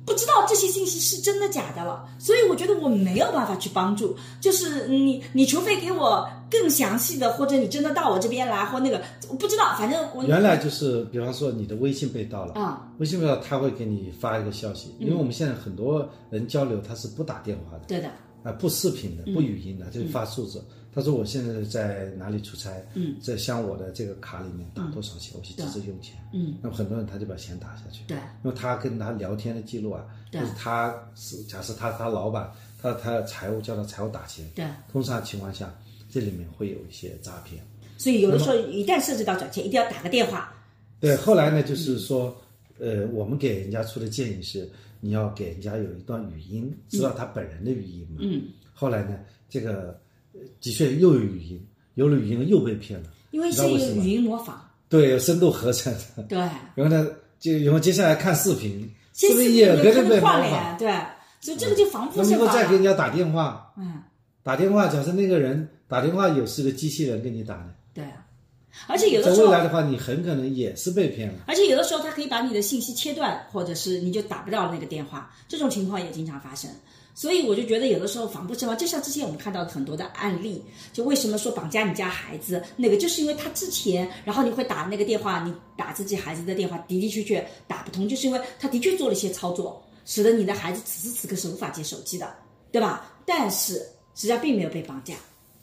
B: 不知道这些信息是真的假的了，所以我觉得我没有办法去帮助。就是你，你除非给我更详细的，或者你真的到我这边来，或那个我不知道，反正我
C: 原来就是，比方说你的微信被盗了，
B: 啊
C: 微信被盗他会给你发一个消息，
B: 嗯
C: 因为我们现在很多人交流他是不打电话的，
B: 对的，
C: 啊，不视频
B: 嗯
C: 的，不语音的，就是发数字。他说我现在在哪里出差，
B: 嗯
C: 在向我的这个卡里面打多少钱，我去急着用钱。
B: 嗯，
C: 那么很多人他就把钱打下去，
B: 对，
C: 因为他跟他聊天的记录啊，就
B: 对
C: 是他是假设他他老板，他他财务叫他财务打钱，
B: 对，
C: 通常情况下这里面会有一些诈骗。
B: 所以有的时候一旦涉及到转钱，一定要打个电话。
C: 对，后来呢，就是说，呃，我们给人家出的建议是，你要给人家有一段语音，知道他本人的语音嘛。
B: 嗯。
C: 后来呢，这个呃的确又有语音，有了语音又被骗了，
B: 因为
C: 你知
B: 是
C: 道
B: 有
C: 为什么
B: 语音模仿，
C: 对，有深度合成的。
B: 对，
C: 然后呢，就然后接下来看视频，
B: 先
C: 是不
B: 是
C: 是也
B: 有
C: 跟着
B: 可
C: 被
B: 能
C: 模
B: 换脸，
C: 仿？嗯
B: 对，所以这个就防不
C: 那么以
B: 胜
C: 后
B: 防
C: 再给人
B: 了。
C: 家打电话，
B: 嗯，
C: 打电话，假设那个人打电话有是个机器人给你打的，
B: 对，而且有
C: 在
B: 的时
C: 未
B: 候，
C: 来的话，你很可能也是被骗了。
B: 而且有的时候他可以把你的信息切断，或者是你就打不到那个电话，这种情况也经常发生。所以我就觉得有的时候防不胜防，就像之前我们看到的很多的案例，就为什么说绑架你家孩子，那个就是因为他之前，然后你会打那个电话，你打自己孩子的电话，的的确确打不通，就是因为他的确做了一些操作，使得你的孩子此时此刻是无法接手机的，对吧？但是实际上并没有被绑架，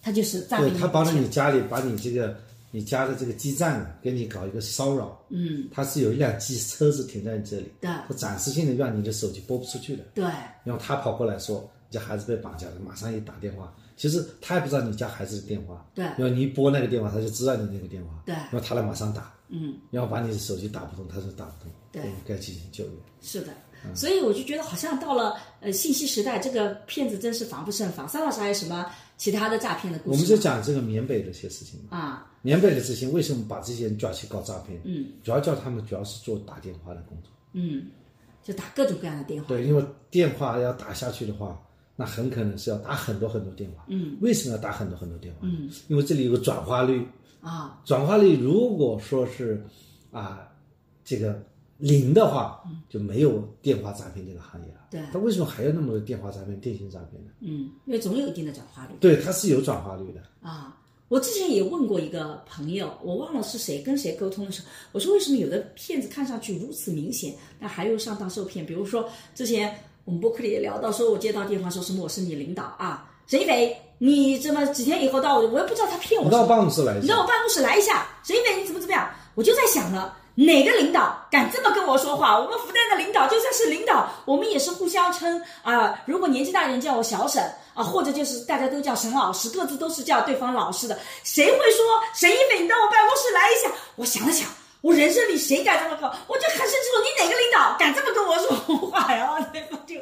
B: 他就是诈
C: 对
B: 骗。
C: 他帮了你家里，把你这个你家的这个基站啊，给你搞一个骚扰。
B: 嗯，
C: 他是有一辆机车子停在你这里，
B: 对
C: 他暂时性的让你的手机拨不出去的。
B: 对，
C: 然后他跑过来说你家孩子被绑架了，马上一打电话，其实他也不知道你家孩子的电话，
B: 对
C: 然后你一拨那个电话，他就知道你那个电话，
B: 对
C: 然后他来马上打，
B: 嗯。
C: 然后把你的手机打不通，他说打不通，
B: 对
C: 我们该进行救援。
B: 是的，
C: 嗯
B: 所以我就觉得好像到了呃信息时代，这个骗子真是防不胜防。三老师还有什么其他的诈骗的故事吗？
C: 我们就讲这个缅北的一些事情嘛，
B: 啊，
C: 缅北的事情为什么把这些人抓去搞诈骗？
B: 嗯，
C: 主要叫他们主要是做打电话的工作，
B: 嗯，就打各种各样的电话，
C: 对，因为电话要打下去的话，那很可能是要打很多很多电话，
B: 嗯，
C: 为什么要打很多很多电话？
B: 嗯，
C: 因为这里有个转化率，
B: 啊，
C: 转化率如果说是啊这个零的话，就没有电话诈骗这个行业了。
B: 对
C: 它为什么还有那么多电话诈骗、电信诈骗呢？
B: 嗯，因为总有一定的转化率
C: 对，它是有转化率的。
B: 啊。我之前也问过一个朋友，我忘了是谁跟谁沟通的时候，我说为什么有的骗子看上去如此明显，但还有上当受骗？比如说之前我们播客里也聊到，说我接到电话说什么我是你领导啊，沈一斐，你这么几天以后到我，我也不知道他骗我
C: 你
B: 什
C: 到
B: 么。
C: 办公室来一
B: 你到我
C: 下，
B: 办公室来一下，沈一北，你怎么怎么样？我就在想了，哪个领导敢这么跟我说话？我们复旦的领导就算是领导，我们也是互相称啊、如果年纪大的人叫我小沈啊，或者就是大家都叫沈老师，各自都是叫对方老师的，谁会说沈一北，你到我办公室来一下？我想了想。我人生里谁敢这么搞？我就很生气说，你哪个领导敢这么跟我说话呀？ *laughs* 对方就，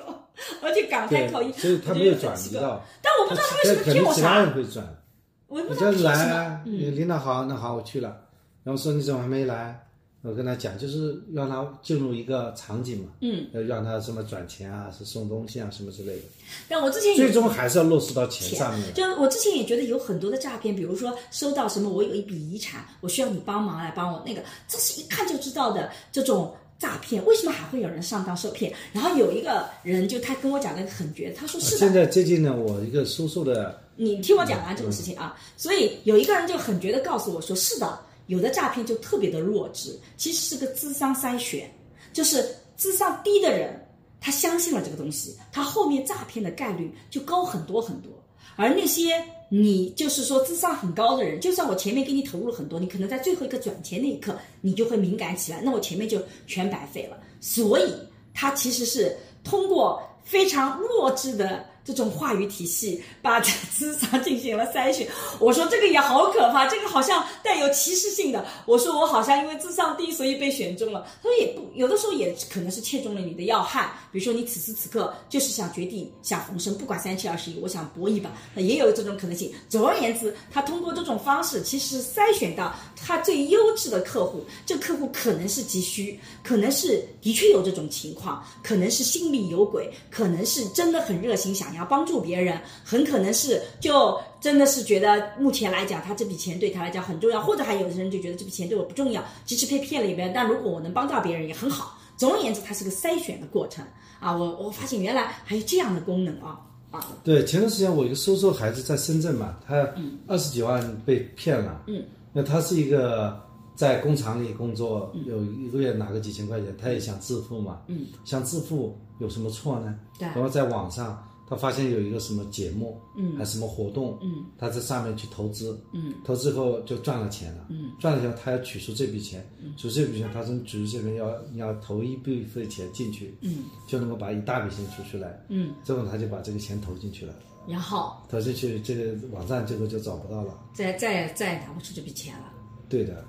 B: 我就港台
C: 对
B: 口音，，
C: 所以
B: 我
C: 他
B: 就
C: 没有
B: 很
C: 转
B: 奇
C: 移
B: 怪
C: 到。
B: 但我不知道他为什么
C: 肯
B: 骗
C: 定
B: 我
C: 其他
B: 啥
C: 人，会转，
B: 我也不
C: 你
B: 知道
C: 就
B: 他骗什
C: 来
B: 么
C: 啊，。你领导好，那好，我去了。然后说你怎么还没来？我跟他讲，就是让他进入一个场景嘛，
B: 嗯，
C: 要让他什么转钱啊，是送东西啊，什么之类的，
B: 但我之前也
C: 最终还是要落实到钱上面来。
B: 就是我之前也觉得有很多的诈骗，比如说收到什么我有一笔遗产，我需要你帮忙来帮我那个，这是一看就知道的这种诈骗，为什么还会有人上当受骗？然后有一个人就他跟我讲的很绝，他说是
C: 啊现
B: 的，
C: 在最近呢，我一个叔叔的，
B: 你听我讲完这个事情啊，所以有一个人就很绝的告诉我说是的，有的诈骗就特别的弱智，其实是个智商筛选，就是智商低的人，他相信了这个东西，他后面诈骗的概率就高很多很多。而那些你就是说智商很高的人，就算我前面给你投入了很多，你可能在最后一个转钱那一刻，你就会敏感起来，那我前面就全白费了。所以他其实是通过非常弱智的这种话语体系，把这智商进行了筛选。 *laughs* 我说这个也好可怕，这个好像带有歧视性的。我说我好像因为智商低，所以被选中了。他说也不，有的时候也可能是切中了你的要害，比如说你此时此刻就是想决定想逢生，不管三七二十一，我想搏一把，那也有这种可能性。总而言之，他通过这种方式，其实是筛选到他最优质的客户，这客户可能是急需，可能是的确有这种情况，可能是心里有鬼，可能是真的很热心，想要帮助别人，很可能是就真的是觉得目前来讲，他这笔钱对他来讲很重要，或者还有的人就觉得这笔钱对我不重要，即使被骗了也没有，但如果我能帮到别人也很好。总而言之，它是个筛选的过程啊！我我发现原来还有这样的功能啊啊！
C: 对，前段时间我一个叔叔孩子在深圳嘛，他二十几万被骗了，
B: 嗯，
C: 那他是一个在工厂里工作，有一个月拿个几千块钱，他也想致富嘛，
B: 嗯，
C: 想致富有什么错呢？
B: 对
C: 然后在网上他发现有一个什么节目，
B: 嗯
C: 还是什么活动，
B: 嗯，
C: 他在上面去投资，
B: 嗯，
C: 投资后就赚了钱了，
B: 嗯，
C: 赚了钱他要取出这笔钱，取出这笔钱，他从取出这边要要投一部分钱进去，
B: 嗯，
C: 就能够把一大笔钱取出来，
B: 嗯，
C: 最后他就把这个钱投进去了。
B: 然后
C: 投进去这个网站最后就找不到了。
B: 再再再也拿不出这笔钱了
C: 对的，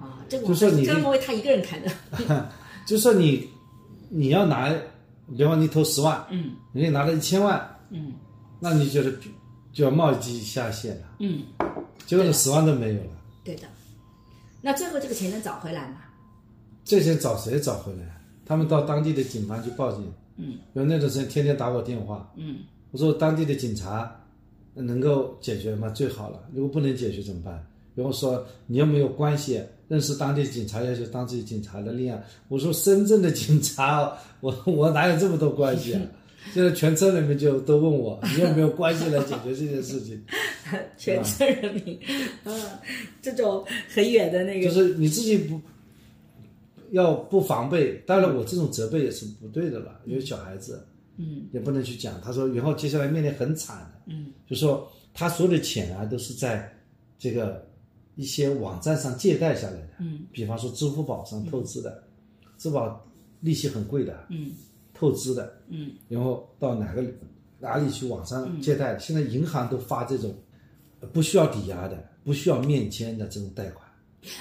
B: 啊！这个
C: 就
B: 网
C: 是
B: 站
C: 你
B: 专门为他一个人开的，
C: 就说你你要拿，比方你投十万，
B: 嗯
C: 人家拿了一千万，
B: 嗯
C: 那你觉得就要贸易下线了，
B: 嗯，
C: 结果你十万都没有了，
B: 对的。那最后这个钱能找回来吗？ *laughs*
C: 这些找谁找回来啊？他们到当地的警方去报警，
B: 嗯，
C: 有那段时间天天打我电话，
B: 嗯
C: 我说当地的警察能够解决吗？最好了，如果不能解决怎么办？比方说你有没有关系，认识当地警察，要求当地警察的力量。我说深圳的警察， *laughs* 我我哪有这么多关系啊？现在全村人民就都问我，你有没有关系来解决这件事情？
B: 全村人民，嗯，这种很远的那
C: 就
B: 个，
C: 是你自己不要不防备。当然，我这种责备也是不对的了，因为小孩子
B: 嗯
C: 也不能去讲。他说以后接下来面临很惨的，
B: 嗯
C: 就说他所有的钱啊都是在这个一些网站上借贷下来的，
B: 嗯
C: 比方说支付宝上透支的，支付宝利息很贵的，
B: 嗯
C: 透支的，
B: 嗯
C: 然后到哪个哪里去网上借贷，现在银行都发这种呃不需要抵押的、不需要面签的这种贷款。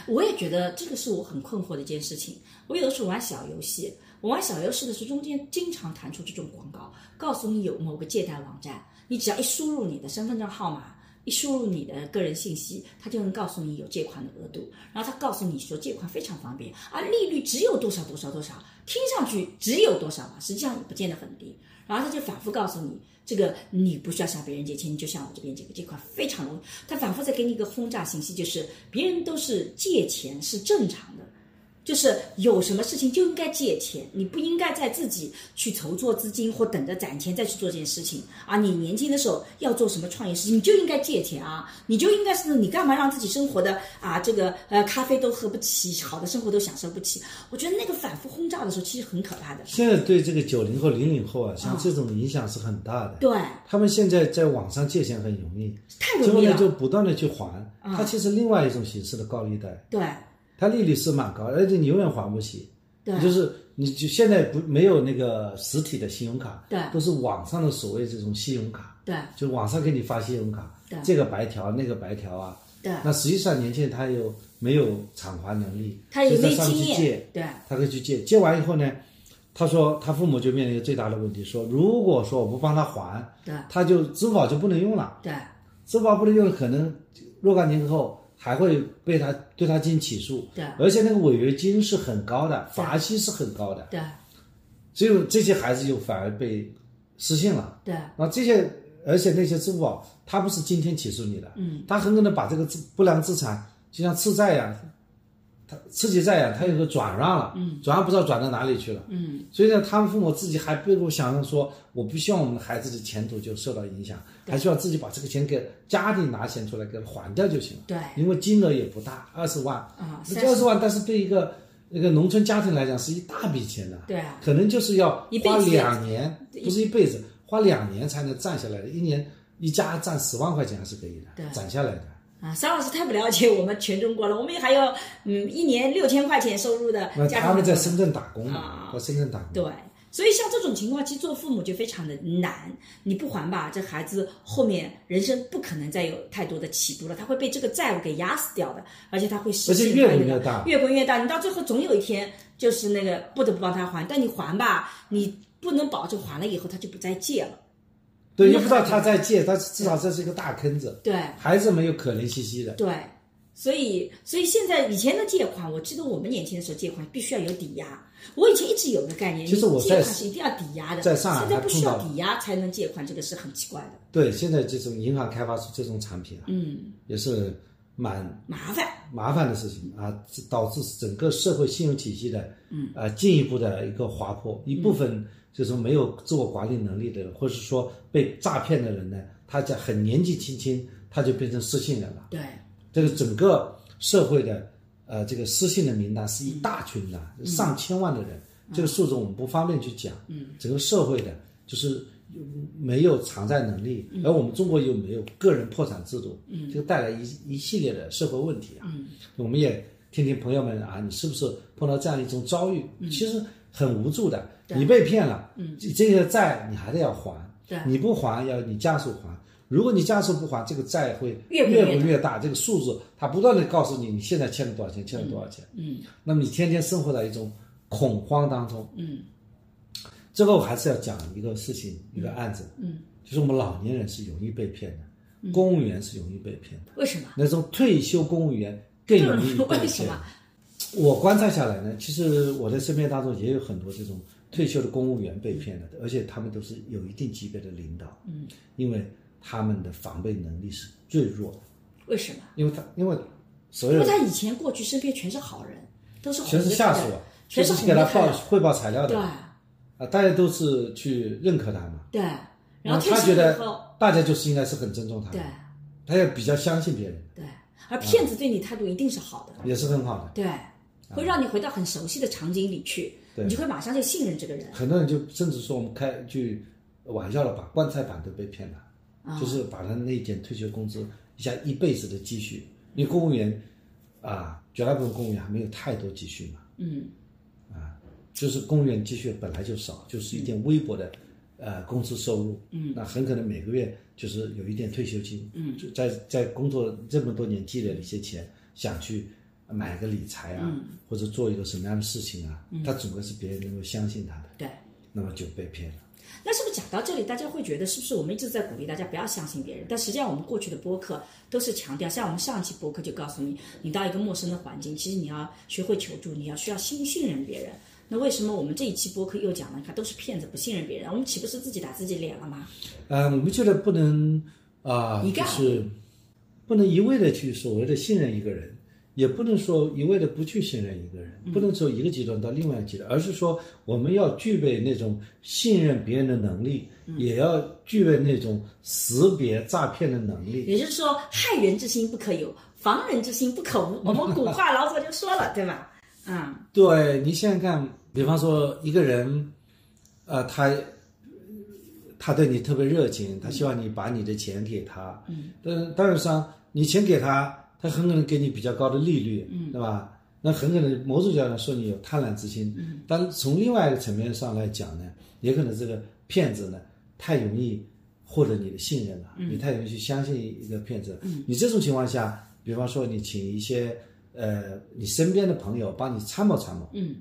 B: 我也觉得这个是我很困惑的一件事情。我有的时候玩小游戏，我玩小游戏的时候，中间经常弹出这种广告，告诉你有某个借贷网站，你只要一输入你的身份证号码，一输入你的个人信息，它就能告诉你有借款的额度，然后它告诉你说借款非常方便，而利率只有多少多少多少，听上去只有多少嘛，实际上也不见得很低。然后他就反复告诉你，这个你不需要向别人借钱，你就向我这边借，这块非常容易。他反复在给你一个轰炸信息，就是别人都是借钱是正常的，就是有什么事情就应该借钱，你不应该再自己去筹措资金或等着攒钱再去做这件事情啊！你年轻的时候要做什么创业事情，你就应该借钱啊！你就应该是你干嘛让自己生活的啊？这个呃，咖啡都喝不起，好的生活都享受不起。我觉得那个反复轰炸的时候，其实很可怕的。
C: 现在对这个九零后、零零后啊，像这种影响是很大的。
B: 对，
C: 他们现在在网上借钱很容易，
B: 太
C: 结
B: 容
C: 果
B: 易
C: 呢就
B: 了。
C: 不断的去还，
B: 啊
C: 它其实另外一种形式的高利贷，
B: 对
C: 它利率是蛮高的，而且你永远还不起。
B: 对，
C: 就是你就现在不没有那个实体的信用卡，
B: 对
C: 都是网上的所谓这种信用卡，
B: 对
C: 就网上给你发信用卡
B: 对，
C: 这个白条那个白条啊，
B: 对，
C: 那实际上年轻人他有没有偿还能力，
B: 他也
C: 所以
B: 没
C: 上
B: 经
C: 面去借
B: 验，，对
C: 他可以去借，借完以后呢，他说他父母就面临一个最大的问题，说如果说我不帮他还，
B: 对
C: 他就支付宝就不能用了，
B: 对
C: 支付宝不能用，可能若干年后还会被他对他进行起诉，
B: 对
C: 而且那个违约金是很高的，罚息是很高的，
B: 对
C: 所以这些孩子就反而被失信了。
B: 对
C: 那这些，而且那些支付宝，他不是今天起诉你的，
B: 嗯，
C: 他很可能把这个资不良资产，就像次贷呀，他次级债呀，他有个转让了，嗯，转让不知道转到哪里去了，
B: 嗯，
C: 所以呢，他们父母自己还背后想着说，我不希望我们的孩子的前途就受到影响，还希望自己把这个钱给家里拿钱出来给他还掉就行了，
B: 对
C: 因为金额也不大，二十万，
B: 啊，
C: 那
B: 三
C: 二
B: 十
C: 十万，但是对一个那个农村家庭来讲是一大笔钱的，
B: 对啊，
C: 可能就是要
B: 一辈
C: 花
B: 子
C: 两年，不是一辈子，花两年才能攒下来的。一年一家攒十万块钱还是可以
B: 对
C: 的，攒下来的。
B: 啊，桑老师太不了解我们全中国了，我们还有嗯一年六千块钱收入的
C: 那
B: 家庭
C: 他们在
B: 的
C: 深圳打工嘛
B: 啊，
C: 在深圳打工，
B: 对，所以像这种情况，其实做父母就非常的难。你不还吧，这孩子后面人生不可能再有太多的起步了，他会被这个债务给压死掉的，而且他会失
C: 而且
B: 信
C: 越
B: 还
C: 滚
B: 的
C: 越大
B: 越滚越大。你到最后总有一天就是那个不得不帮他还，但你还吧，你不能保证还了以后他就不再借了。
C: 对，
B: 那
C: 又不知道他在借，他至少这是一个大坑子，
B: 对
C: 孩子们又可怜兮兮的。
B: 对，所以所以现在以前的借款，我记得我们年轻的时候借款必须要有抵押。我以前一直有个概念，
C: 其实我
B: 你借
C: 在
B: 款是一定要抵押的，
C: 在上海
B: 现在
C: 还
B: 不
C: 碰
B: 需要
C: 到
B: 抵押才能借款，这个是很奇怪的。
C: 对，现在这种银行开发出这种产品啊，
B: 嗯，
C: 也是蛮
B: 麻烦。
C: 麻烦的事情啊，导致整个社会信用体系的，
B: 嗯，
C: 啊，进一步的一个滑坡。一部分就是没有自我管理能力的人，或者是说被诈骗的人呢，他在很年纪轻轻他就变成失信人了。
B: 对
C: 这个整个社会的，呃，这个失信的名单是一大群的，上千万的人，这个数字我们不方便去讲。
B: 嗯，
C: 整个社会的，就是没有偿债能力，
B: 嗯
C: 而我们中国又没有个人破产制度，嗯，这个带来一一系列的社会问题啊。
B: 嗯，
C: 我们也听听朋友们啊，你是不是碰到这样一种遭遇？
B: 嗯
C: 其实很无助的，你被骗了，嗯，这个债你还得要还，
B: 对
C: 你不还要你家属还。如果你家属不还，这个债会
B: 越滚越
C: 滚
B: 大
C: 越大，这个数字它不断的告诉你你现在欠了多少钱，欠了多少钱。
B: 嗯
C: 那么你天天生活在一种恐慌当中，
B: 嗯
C: 最后还是要讲一个事情，一个案子，
B: 嗯，
C: 就是我们老年人是容易被骗的，公务员是容易被骗的，
B: 为什么？
C: 那种退休公务员更容易被
B: 为什
C: 骗。
B: 么？
C: 我观察下来呢，其实我在身边当中也有很多这种退休的公务员被骗的，而且他们都是有一定级别的领导，
B: 嗯，
C: 因为他们的防备能力是最弱的，
B: 为什么？
C: 因为他因为所
B: 因
C: 有
B: 为他以前过去身边全是好人，都是
C: 全
B: 全
C: 是下属，啊
B: 全是
C: 就是
B: 红
C: 给
B: 着
C: 他
B: 看
C: 报
B: 的，
C: 汇报材料的
B: 对
C: 啊，大家都是去认可他嘛。
B: 对。然后退
C: 他
B: 休
C: 觉
B: 以
C: 得
B: 后，
C: 大家就是应该是很尊重他的
B: 对，
C: 他也比较相信别人，
B: 对，而骗子对你态度一定是好的，
C: 也是很好的。
B: 对，会让你回到很熟悉的场景里去，
C: 对
B: 你就会马上就信任这个人。
C: 很多人就甚至说我们开句玩笑了，把棺材板都被骗了，
B: 啊
C: 就是把他那点退休工资一下一辈子的积蓄，因为公务员啊，绝大部分公务员还没有太多积蓄嘛，
B: 嗯，
C: 就是公务员积蓄本来就少，就是一点微薄的，呃，工资收入，嗯，那很可能每个月就是有一点退休金，嗯，就在在工作这么多年积累了一些钱，想去买个理财啊，或者做一个什么样的事情啊，他总归是别人能够相信他的，
B: 对。
C: 那么就被骗了。
B: 那是不是讲到这里，大家会觉得是不是我们一直在鼓励大家不要相信别人？但实际上，我们过去的播客都是强调，像我们上一期播客就告诉你，你到一个陌生的环境，其实你要学会求助，你要需要先信任别人。那为什么我们这一期播客又讲了？你看，都是骗子，不信任别人，我们岂不是自己打自己脸了吗？
C: 呃，我们觉得不能啊、
B: 一
C: 就
B: 概
C: 是不能一味的去所谓的信任一个人，也不能说一味的不去信任一个人，
B: 嗯
C: 不能从一个极端到另外一个极端，而是说我们要具备那种信任别人的能力，
B: 嗯
C: 也要具备那种识别诈骗的能力。
B: 也就是说，害人之心不可有，防人之心不可无。我们古话老早就说了，对吧？嗯，
C: 对你想想看，比方说一个人，呃，他他对你特别热情，他希望你把你的钱给他，嗯，但当然上你钱给他，他很可能给你比较高的利率，嗯，对吧？那很可能某种角度上说你有贪婪之心，嗯，但从另外一个层面上来讲呢，也可能这个骗子呢太容易获得你的信任了，你太容易去相信一个骗子。你这种情况下，比方说你请一些呃你身边的朋友帮你参谋参谋，
B: 嗯，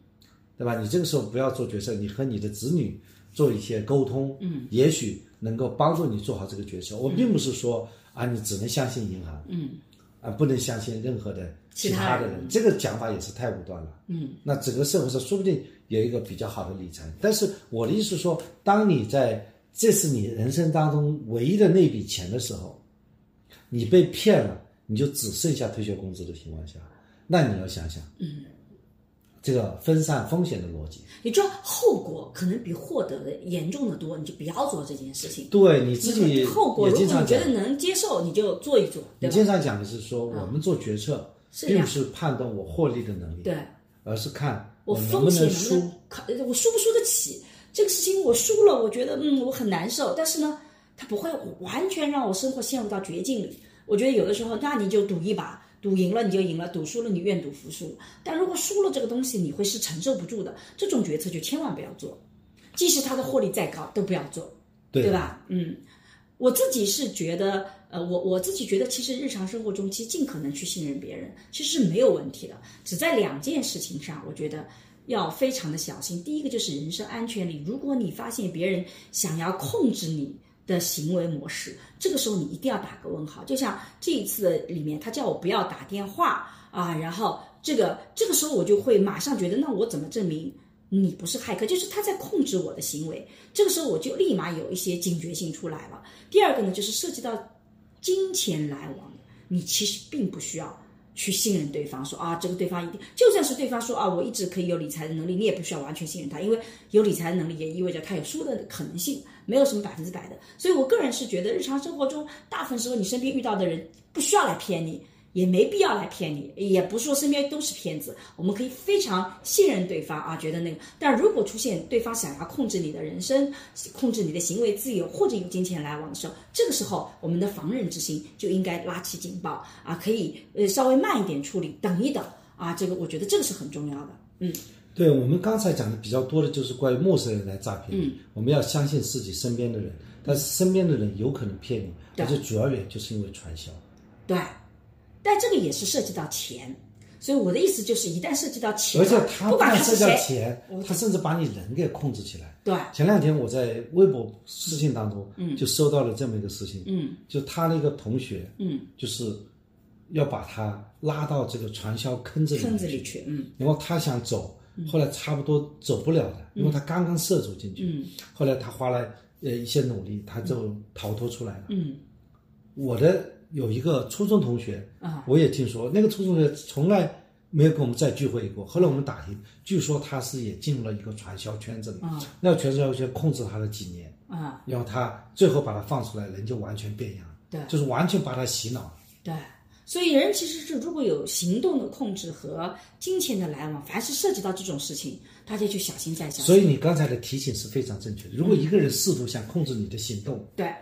C: 对吧？你这个时候不要做决策，你和你的子女做一些沟通，嗯，也许能够帮助你做好这个决策。我并不是说、啊，你只能相信银行，
B: 嗯，
C: 啊，不能相信任何的
B: 其
C: 其
B: 他
C: 他的
B: 人
C: 人，这个讲法也是太武断了。
B: 嗯，
C: 那整个社会上说不定有一个比较好的理财，但是我的意思是说，当你在这是你人生当中唯一的那笔钱的时候，你被骗了，你就只剩下退休工资的情况下，那你要想想，嗯，这个分散风险的逻辑，
B: 也就是说后果可能比获得的严重的多，你就不要做这件事情。
C: 对你自己
B: 后果，
C: 也
B: 如
C: 经
B: 果
C: 常
B: 你觉
C: 讲
B: 得。能接受，你就做一做，
C: 你
B: 对
C: 经
B: 吧？啊
C: 常讲的是说，我们做决策
B: 是呀
C: 并不是判断我获利的能力，
B: 对，
C: 而是看
B: 我
C: 能
B: 风
C: 不
B: 险能
C: 能
B: 不
C: 输
B: 能扛，我输不输得起这个事情？我输了，我觉得嗯，我很难受，但是呢，它不会完全让我生活陷入到绝境里。我觉得有的时候，那你就赌一把，赌赢了你就赢了，赌输了你愿赌服输。但如果输了这个东西，你会是承受不住的，这种决策就千万不要做，即使它的获利再高，都不要做。
C: 对
B: 对？吧？嗯，我自己是觉得，呃，我我自己觉得，其实日常生活中，其实尽可能去信任别人，其实是没有问题的。只在两件事情上，我觉得要非常的小心。第一个就是人身安全里，如果你发现别人想要控制你。的行为模式，这个时候你一定要打个问号。就像这一次的里面，他叫我不要打电话啊，然后这个这个时候我就会马上觉得，那我怎么证明你不是骇客？就是他在控制我的行为。这个时候我就立马有一些警觉性出来了。第二个呢，就是涉及到金钱来往的，你其实并不需要去信任对方，说啊，这个对方一定，就算是对方说啊，我一直可以有理财的能力，你也不需要完全信任他，因为有理财的能力也意味着他有输的可能性，没有什么百分之百的。所以我个人是觉得，日常生活中大部分时候你身边遇到的人不需要来骗你。也没必要来骗你，也不是说身边都是骗子，我们可以非常信任对方啊，觉得那个。但如果出现对方想要控制你的人生、控制你的行为自由或者有金钱来往的时候，这个时候我们的防人之心就应该拉起警报啊，可以呃稍微慢一点处理，等一等啊，这个我觉得这个是很重要的。嗯，
C: 对我们刚才讲的比较多的就是关于陌生人来诈骗，
B: 嗯
C: 我们要相信自己身边的人，但是身边的人有可能骗你，
B: 对
C: 而且主要原因就是因为传销。
B: 对。但这个也是涉及到钱，所以我的意思就是，一旦涉及到钱，
C: 而且他
B: 不
C: 不
B: 管
C: 但
B: 他
C: 涉
B: 是
C: 及
B: 谁，
C: 到钱，他甚至把你人给控制起来。
B: 对，
C: 前两天我在微博私信当中，就收到了这么一个事情，
B: 嗯
C: 就他那个同学，
B: 嗯，
C: 就是要把他拉到这个传销坑子里
B: 村
C: 面
B: 子
C: 去
B: 里，去，嗯
C: 然后他想走，后来差不多走不了了，因为他刚刚涉足进去，
B: 嗯
C: 后来他花了呃一些努力，他就逃脱出来了。
B: 嗯
C: 我的有一个初中同学，
B: 啊
C: 我也听说那个初中同学从来没有跟我们再聚会过。后来我们打听，据说他是也进入了一个传销圈子里，
B: 啊
C: 那个传销圈控制他了几年，
B: 啊，
C: 然后他最后把他放出来，人就完全变样了，
B: 对
C: 就是完全把他洗脑了。
B: 对，所以人其实是如果有行动的控制和金钱的来往，凡是涉及到这种事情，大家就小心再小心。
C: 所以你刚才的提醒是非常正确的。如果一个人试图想控制你的行动，
B: 嗯对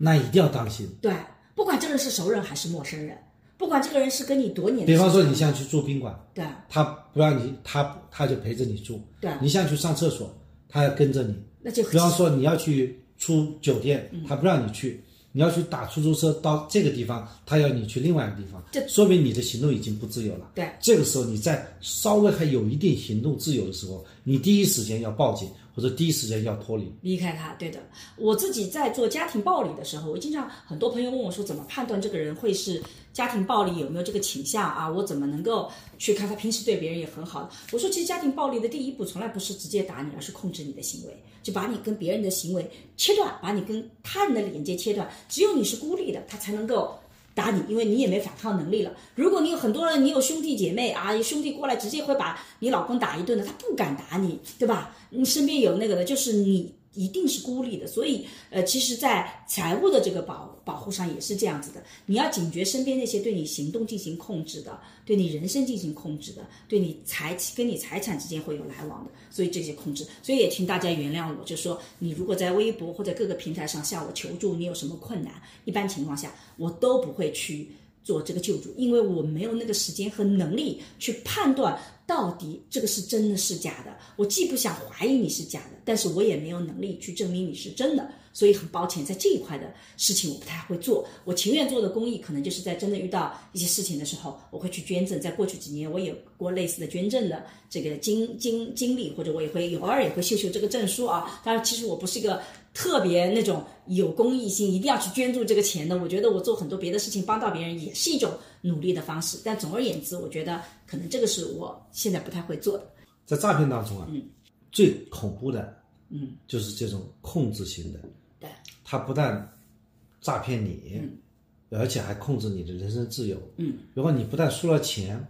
C: 那一定要当心。
B: 对，不管这个人是熟人还是陌生人，不管这个人是跟你多年的
C: 比
B: 熟
C: 方
B: 人，
C: 说，你想去住宾馆，
B: 对
C: 他不让你，他他就陪着你住；
B: 对，
C: 你想去上厕所，他要跟着你。
B: 那就嗯
C: 比方说，你要去出酒店，他不让你去；你要去打出租车到这个地方，他要你去另外一个地方。
B: 这
C: 说明你的行动已经不自由了。
B: 对
C: 这个时候你在稍微还有一定行动自由的时候，你第一时间要报警，或者第一时间要脱离。
B: 离开他，对的。我自己在做家庭暴力的时候，我经常很多朋友问我说，怎么判断这个人会是家庭暴力有没有这个倾向啊？我怎么能够去看他平时对别人也很好？我说，其实家庭暴力的第一步从来不是直接打你，而是控制你的行为，就把你跟别人的行为切断，把你跟他人的连接切断。只有你是孤立的，他才能够打你，因为你也没反抗能力了。如果你有很多人，你有兄弟姐妹啊，兄弟过来直接会把你老公打一顿的，他不敢打你，对吧？你身边有那个的，就是你一定是孤立的。所以，呃，其实，在财务的这个保保护上也是这样子的，你要警觉身边那些对你行动进行控制的，对你人生进行控制的，对你财跟你财产之间会有来往的，所以这些控制，所以也请大家原谅我，就说你如果在微博或者各个平台上向我求助，你有什么困难，一般情况下我都不会去做这个救助，因为我没有那个时间和能力去判断到底这个是真的是假的。我既不想怀疑你是假的，但是我也没有能力去证明你是真的，所以很抱歉，在这一块的事情我不太会做。我情愿做的公益，可能就是在真的遇到一些事情的时候，我会去捐赠。在过去几年，我有过类似的捐赠的这个经经经历，或者我也会偶尔也会秀秀这个证书啊。当然，其实我不是一个特别那种有公益心，一定要去捐助这个钱的。我觉得我做很多别的事情帮到别人也是一种努力的方式。但总而言之，我觉得可能这个是我现在不太会做的。
C: 在诈骗当中啊，
B: 嗯
C: 最恐怖的
B: 嗯，
C: 就是这种控制型的，
B: 对，
C: 他不但诈骗你，而且还控制你的人身自由。
B: 嗯，
C: 然后你不但输了钱，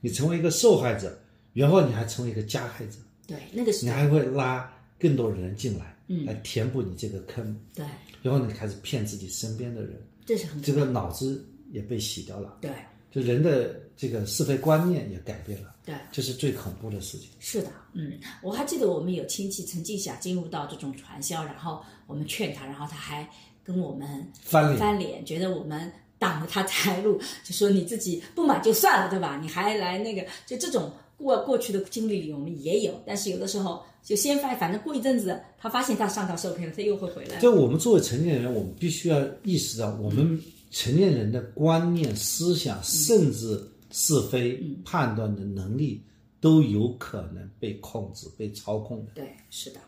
C: 你成为一个受害者，然后你还成为一个加害者，
B: 对，那个
C: 你
B: 是
C: 还会拉更多的人进来，
B: 嗯
C: 来填补你这个坑，
B: 对，
C: 然后你开始骗自己身边的人，
B: 这是很
C: 这个脑子也被洗掉了，
B: 对
C: 就人的这个是非观念也改变了，
B: 对。
C: 这是最恐怖的事情。
B: 是的，嗯，我还记得我们有亲戚曾经想进入到这种传销，然后我们劝他，然后他还跟我们
C: 翻脸
B: 翻脸，觉得我们挡了他财路， *laughs* 就说你自己不买就算了，对吧？你还来那个，就这种过过去的经历里我们也有，但是有的时候就先翻，反正过一阵子他发现他上当受骗了，他又会回来。
C: 就我们作为成年人，我们必须要意识到，我们成年人的观念、思想，甚至是非
B: 嗯
C: 判断的能力，都有可能被控制、被操控的。
B: 对，是的，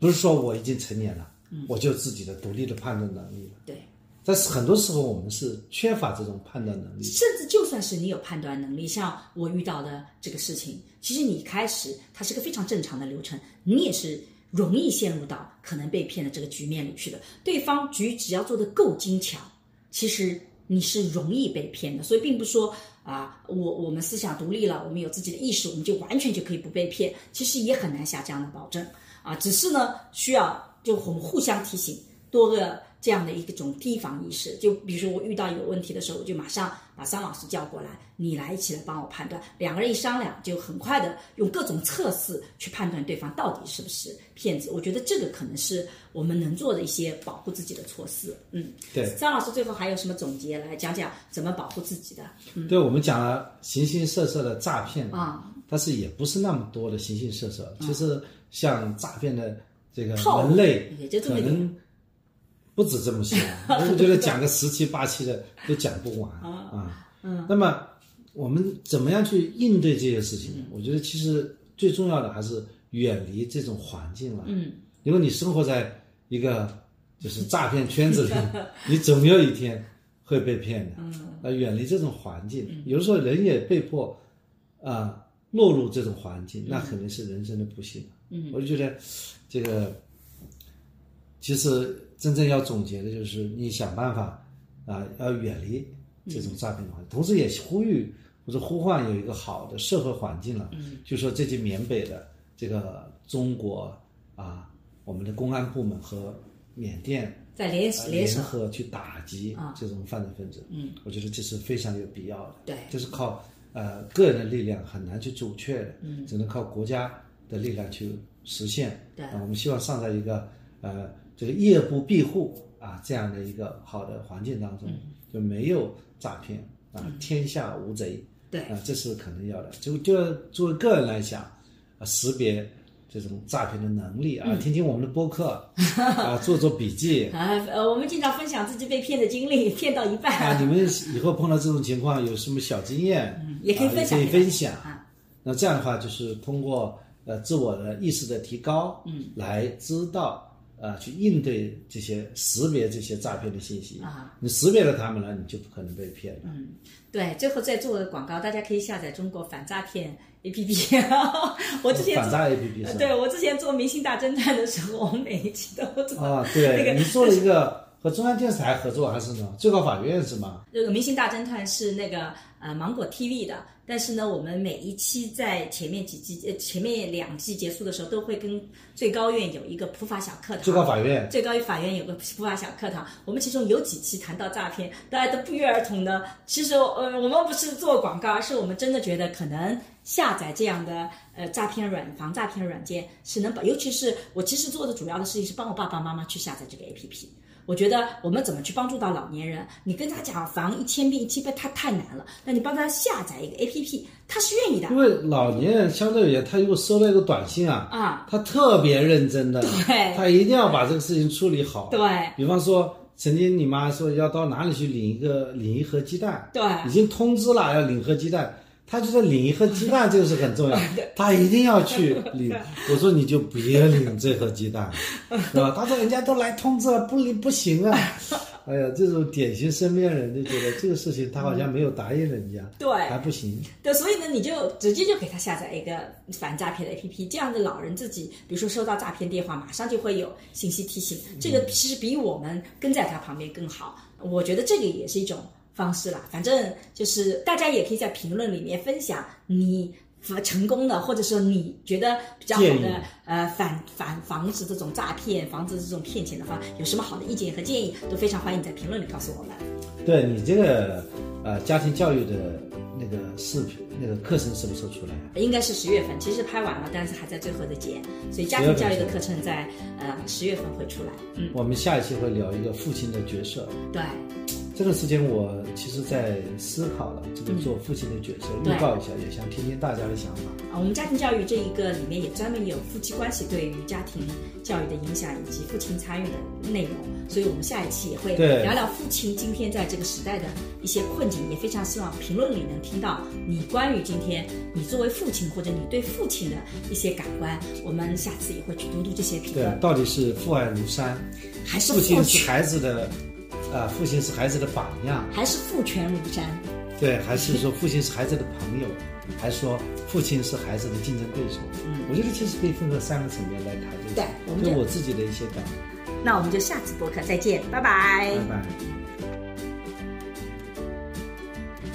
C: 不是说我已经成年了，
B: 嗯
C: 我就有自己的独立的判断能力了。
B: 对。
C: 但是很多时候我们是缺乏这种判断能力的。
B: 甚至就算是你有判断能力，像我遇到的这个事情，其实你一开始它是个非常正常的流程，你也是容易陷入到可能被骗的这个局面里去的。对方局只要做的够精巧，其实你是容易被骗的。所以并不是说啊，我我们思想独立了，我们有自己的意识，我们就完全就可以不被骗，其实也很难下这样的保证啊。只是呢，需要就我们互相提醒，多个这样的一种提防意识。就比如说我遇到有问题的时候，我就马上把桑老师叫过来，你来一起来帮我判断。两个人一商量，就很快的用各种测试去判断对方到底是不是骗子。我觉得这个可能是我们能做的一些保护自己的措施。嗯，
C: 对
B: 桑老师最后还有什么总结来讲讲怎么保护自己的？
C: 对我们讲了形形色色的诈骗
B: 嗯啊，
C: 但是也不是那么多的形形色色，其实像诈骗的这个
B: 套路
C: 门类
B: 也就这么
C: 可
B: 一点
C: 能不止这么 *laughs* 些，我觉得讲个十七八期的都讲不完啊。嗯，那么我们怎么样去应对这些事情呢？我觉得其实最重要的还是远离这种环境了。
B: 嗯，
C: 如果你生活在一个就是诈骗圈 *laughs* 子里，你总有一天会被骗的。嗯，啊，远离这种环境，有的时候人也被迫啊、落入这种环境，那肯定是人生的不幸。嗯，我就觉得这个其实真正要总结的就是你想办法啊、要远离这种诈骗的环境，同时也呼吁或者呼唤有一个好的社会环境了。嗯，就说这届缅北的这个中国啊，我们的公安部门和缅甸
B: 在联
C: 呃
B: 联手
C: 联，合去打击
B: 啊
C: 这种犯罪分子。
B: 嗯，
C: 我觉得这是非常有必要的。
B: 对
C: 这是靠呃个人的力量很难去阻却的，嗯，只能靠国家的力量去实现。
B: 对
C: 啊我们希望上在一个呃这个夜不闭户啊这样的一个好的环境当中，
B: 嗯
C: 就没有诈骗啊，天下无贼。
B: 对
C: 啊，这是肯定要的。就就作为个人来讲，啊，识别这种诈骗的能力
B: 嗯
C: 啊，听听我们的播客
B: *laughs*
C: 啊，做做笔记
B: 啊，呃，我们经常分享自己被骗的经历，骗到一
C: 啊，
B: 半，
C: 你们以后碰到这种情况有什么小经验，
B: 嗯也可以
C: 啊
B: 分享
C: 也
B: 给
C: 可以
B: 大家
C: 分享。
B: 啊
C: 那这样的话，就是通过呃自我的意识的提高，嗯，来知道呃去应对这些识别这些诈骗的信息
B: 啊。嗯
C: 你识别了他们了，你就不可能被骗了。
B: *laughs* 对，最后再做个广告，大家可以下载中国反诈骗 APP。我之前
C: 反
B: 做呃
C: 诈 APP 是吧？
B: 对我之前做《明星大侦探》的时候，我们每一期都做
C: 啊，
B: 那个
C: 对，你做了一个和中央电视台合作还是什么？最高法院是吗？
B: 这个《明星大侦探》是那个呃芒果 TV 的，但是呢，我们每一期在前面几季、呃前面两季结束的时候，都会跟最高院有一个普法小课堂。
C: 最高法院
B: 最高法院有个普法小课堂，我们其中有几期谈到诈骗，大家都不约而同的。其实，呃，我们不是做广告，而是我们真的觉得可能下载这样的呃诈骗软防诈骗软件是能把，尤其是我其实做的主要的事情是帮我爸爸妈妈去下载这个 APP。我觉得我们怎么去帮助到老年人？你跟他讲防一千遍一千遍，他太难了。那你帮他下载一个 APP，他是愿意的
C: 因为老年人相对而言，他如果收到一个短信啊，
B: 啊。
C: 他特别认真的，
B: 对
C: 他一定要把这个事情处理好。
B: 对
C: 比方说，曾经你妈说要到哪里去领一个领一盒鸡蛋，
B: 对
C: 已经通知了要领盒鸡蛋，他觉得领一盒鸡蛋这个是很重要，他一定要去领。我说你就别领这盒鸡蛋，对吧？他说人家都来通知了，不领不行
B: *laughs*
C: 啊。哎呀，这种典型身边人就觉得这个事情他好像没有答应人家，
B: 对
C: 还不行。
B: 对，所以呢，你就直接就给他下载一个反诈骗的 APP，这样的老人自己，比如说收到诈骗电话，马上就会有信息提醒。
C: 嗯
B: 这个其实比我们跟在他旁边更好，我觉得这个也是一种方式啦。反正就是大家也可以在评论里面分享你。成功的，或者说你觉得比较好
C: 建议
B: 的，呃，反反防止这种诈骗，防止这种骗钱的话，有什么好的意见和建议，都非常欢迎在评论里告诉我们。
C: 对你这个呃家庭教育的那个视频那个课程什么时候出来啊？
B: 应该是十月份，其实拍完了，但是还在最后的剪，所以家庭教育的课程在呃十月份会出来。嗯，
C: 我们下一期会聊一个父亲的角色。
B: 对，呃
C: 这段时间我其实在思考了这个做父亲的角色，
B: 嗯对
C: 预告一下，也想听听大家的想法。
B: 啊，我们家庭教育这一个里面也专门有夫妻关系对于家庭教育的影响以及父亲参与的内容，所以我们下一期也会
C: 对
B: 聊聊父亲今天在这个时代的一些困境，也非常希望评论里能听到你关于今天你作为父亲或者你对父亲的一些感官，我们下次也会去读读这些评
C: 对啊
B: 论，，
C: 到底是父爱如山，
B: 还哎是
C: 父亲
B: 权
C: 是孩子的，啊、父亲是孩子的榜样，
B: 还是父权如山。
C: 对，还是说父亲是孩子的朋友，还是说父亲是孩子的竞争对手？我觉得其实可以分成三个层面来谈
B: 嗯
C: 这个。
B: 对我们
C: 对
B: 就
C: 我自己的一些感悟。
B: 那我们就下次播客再见，拜拜。
C: 拜拜。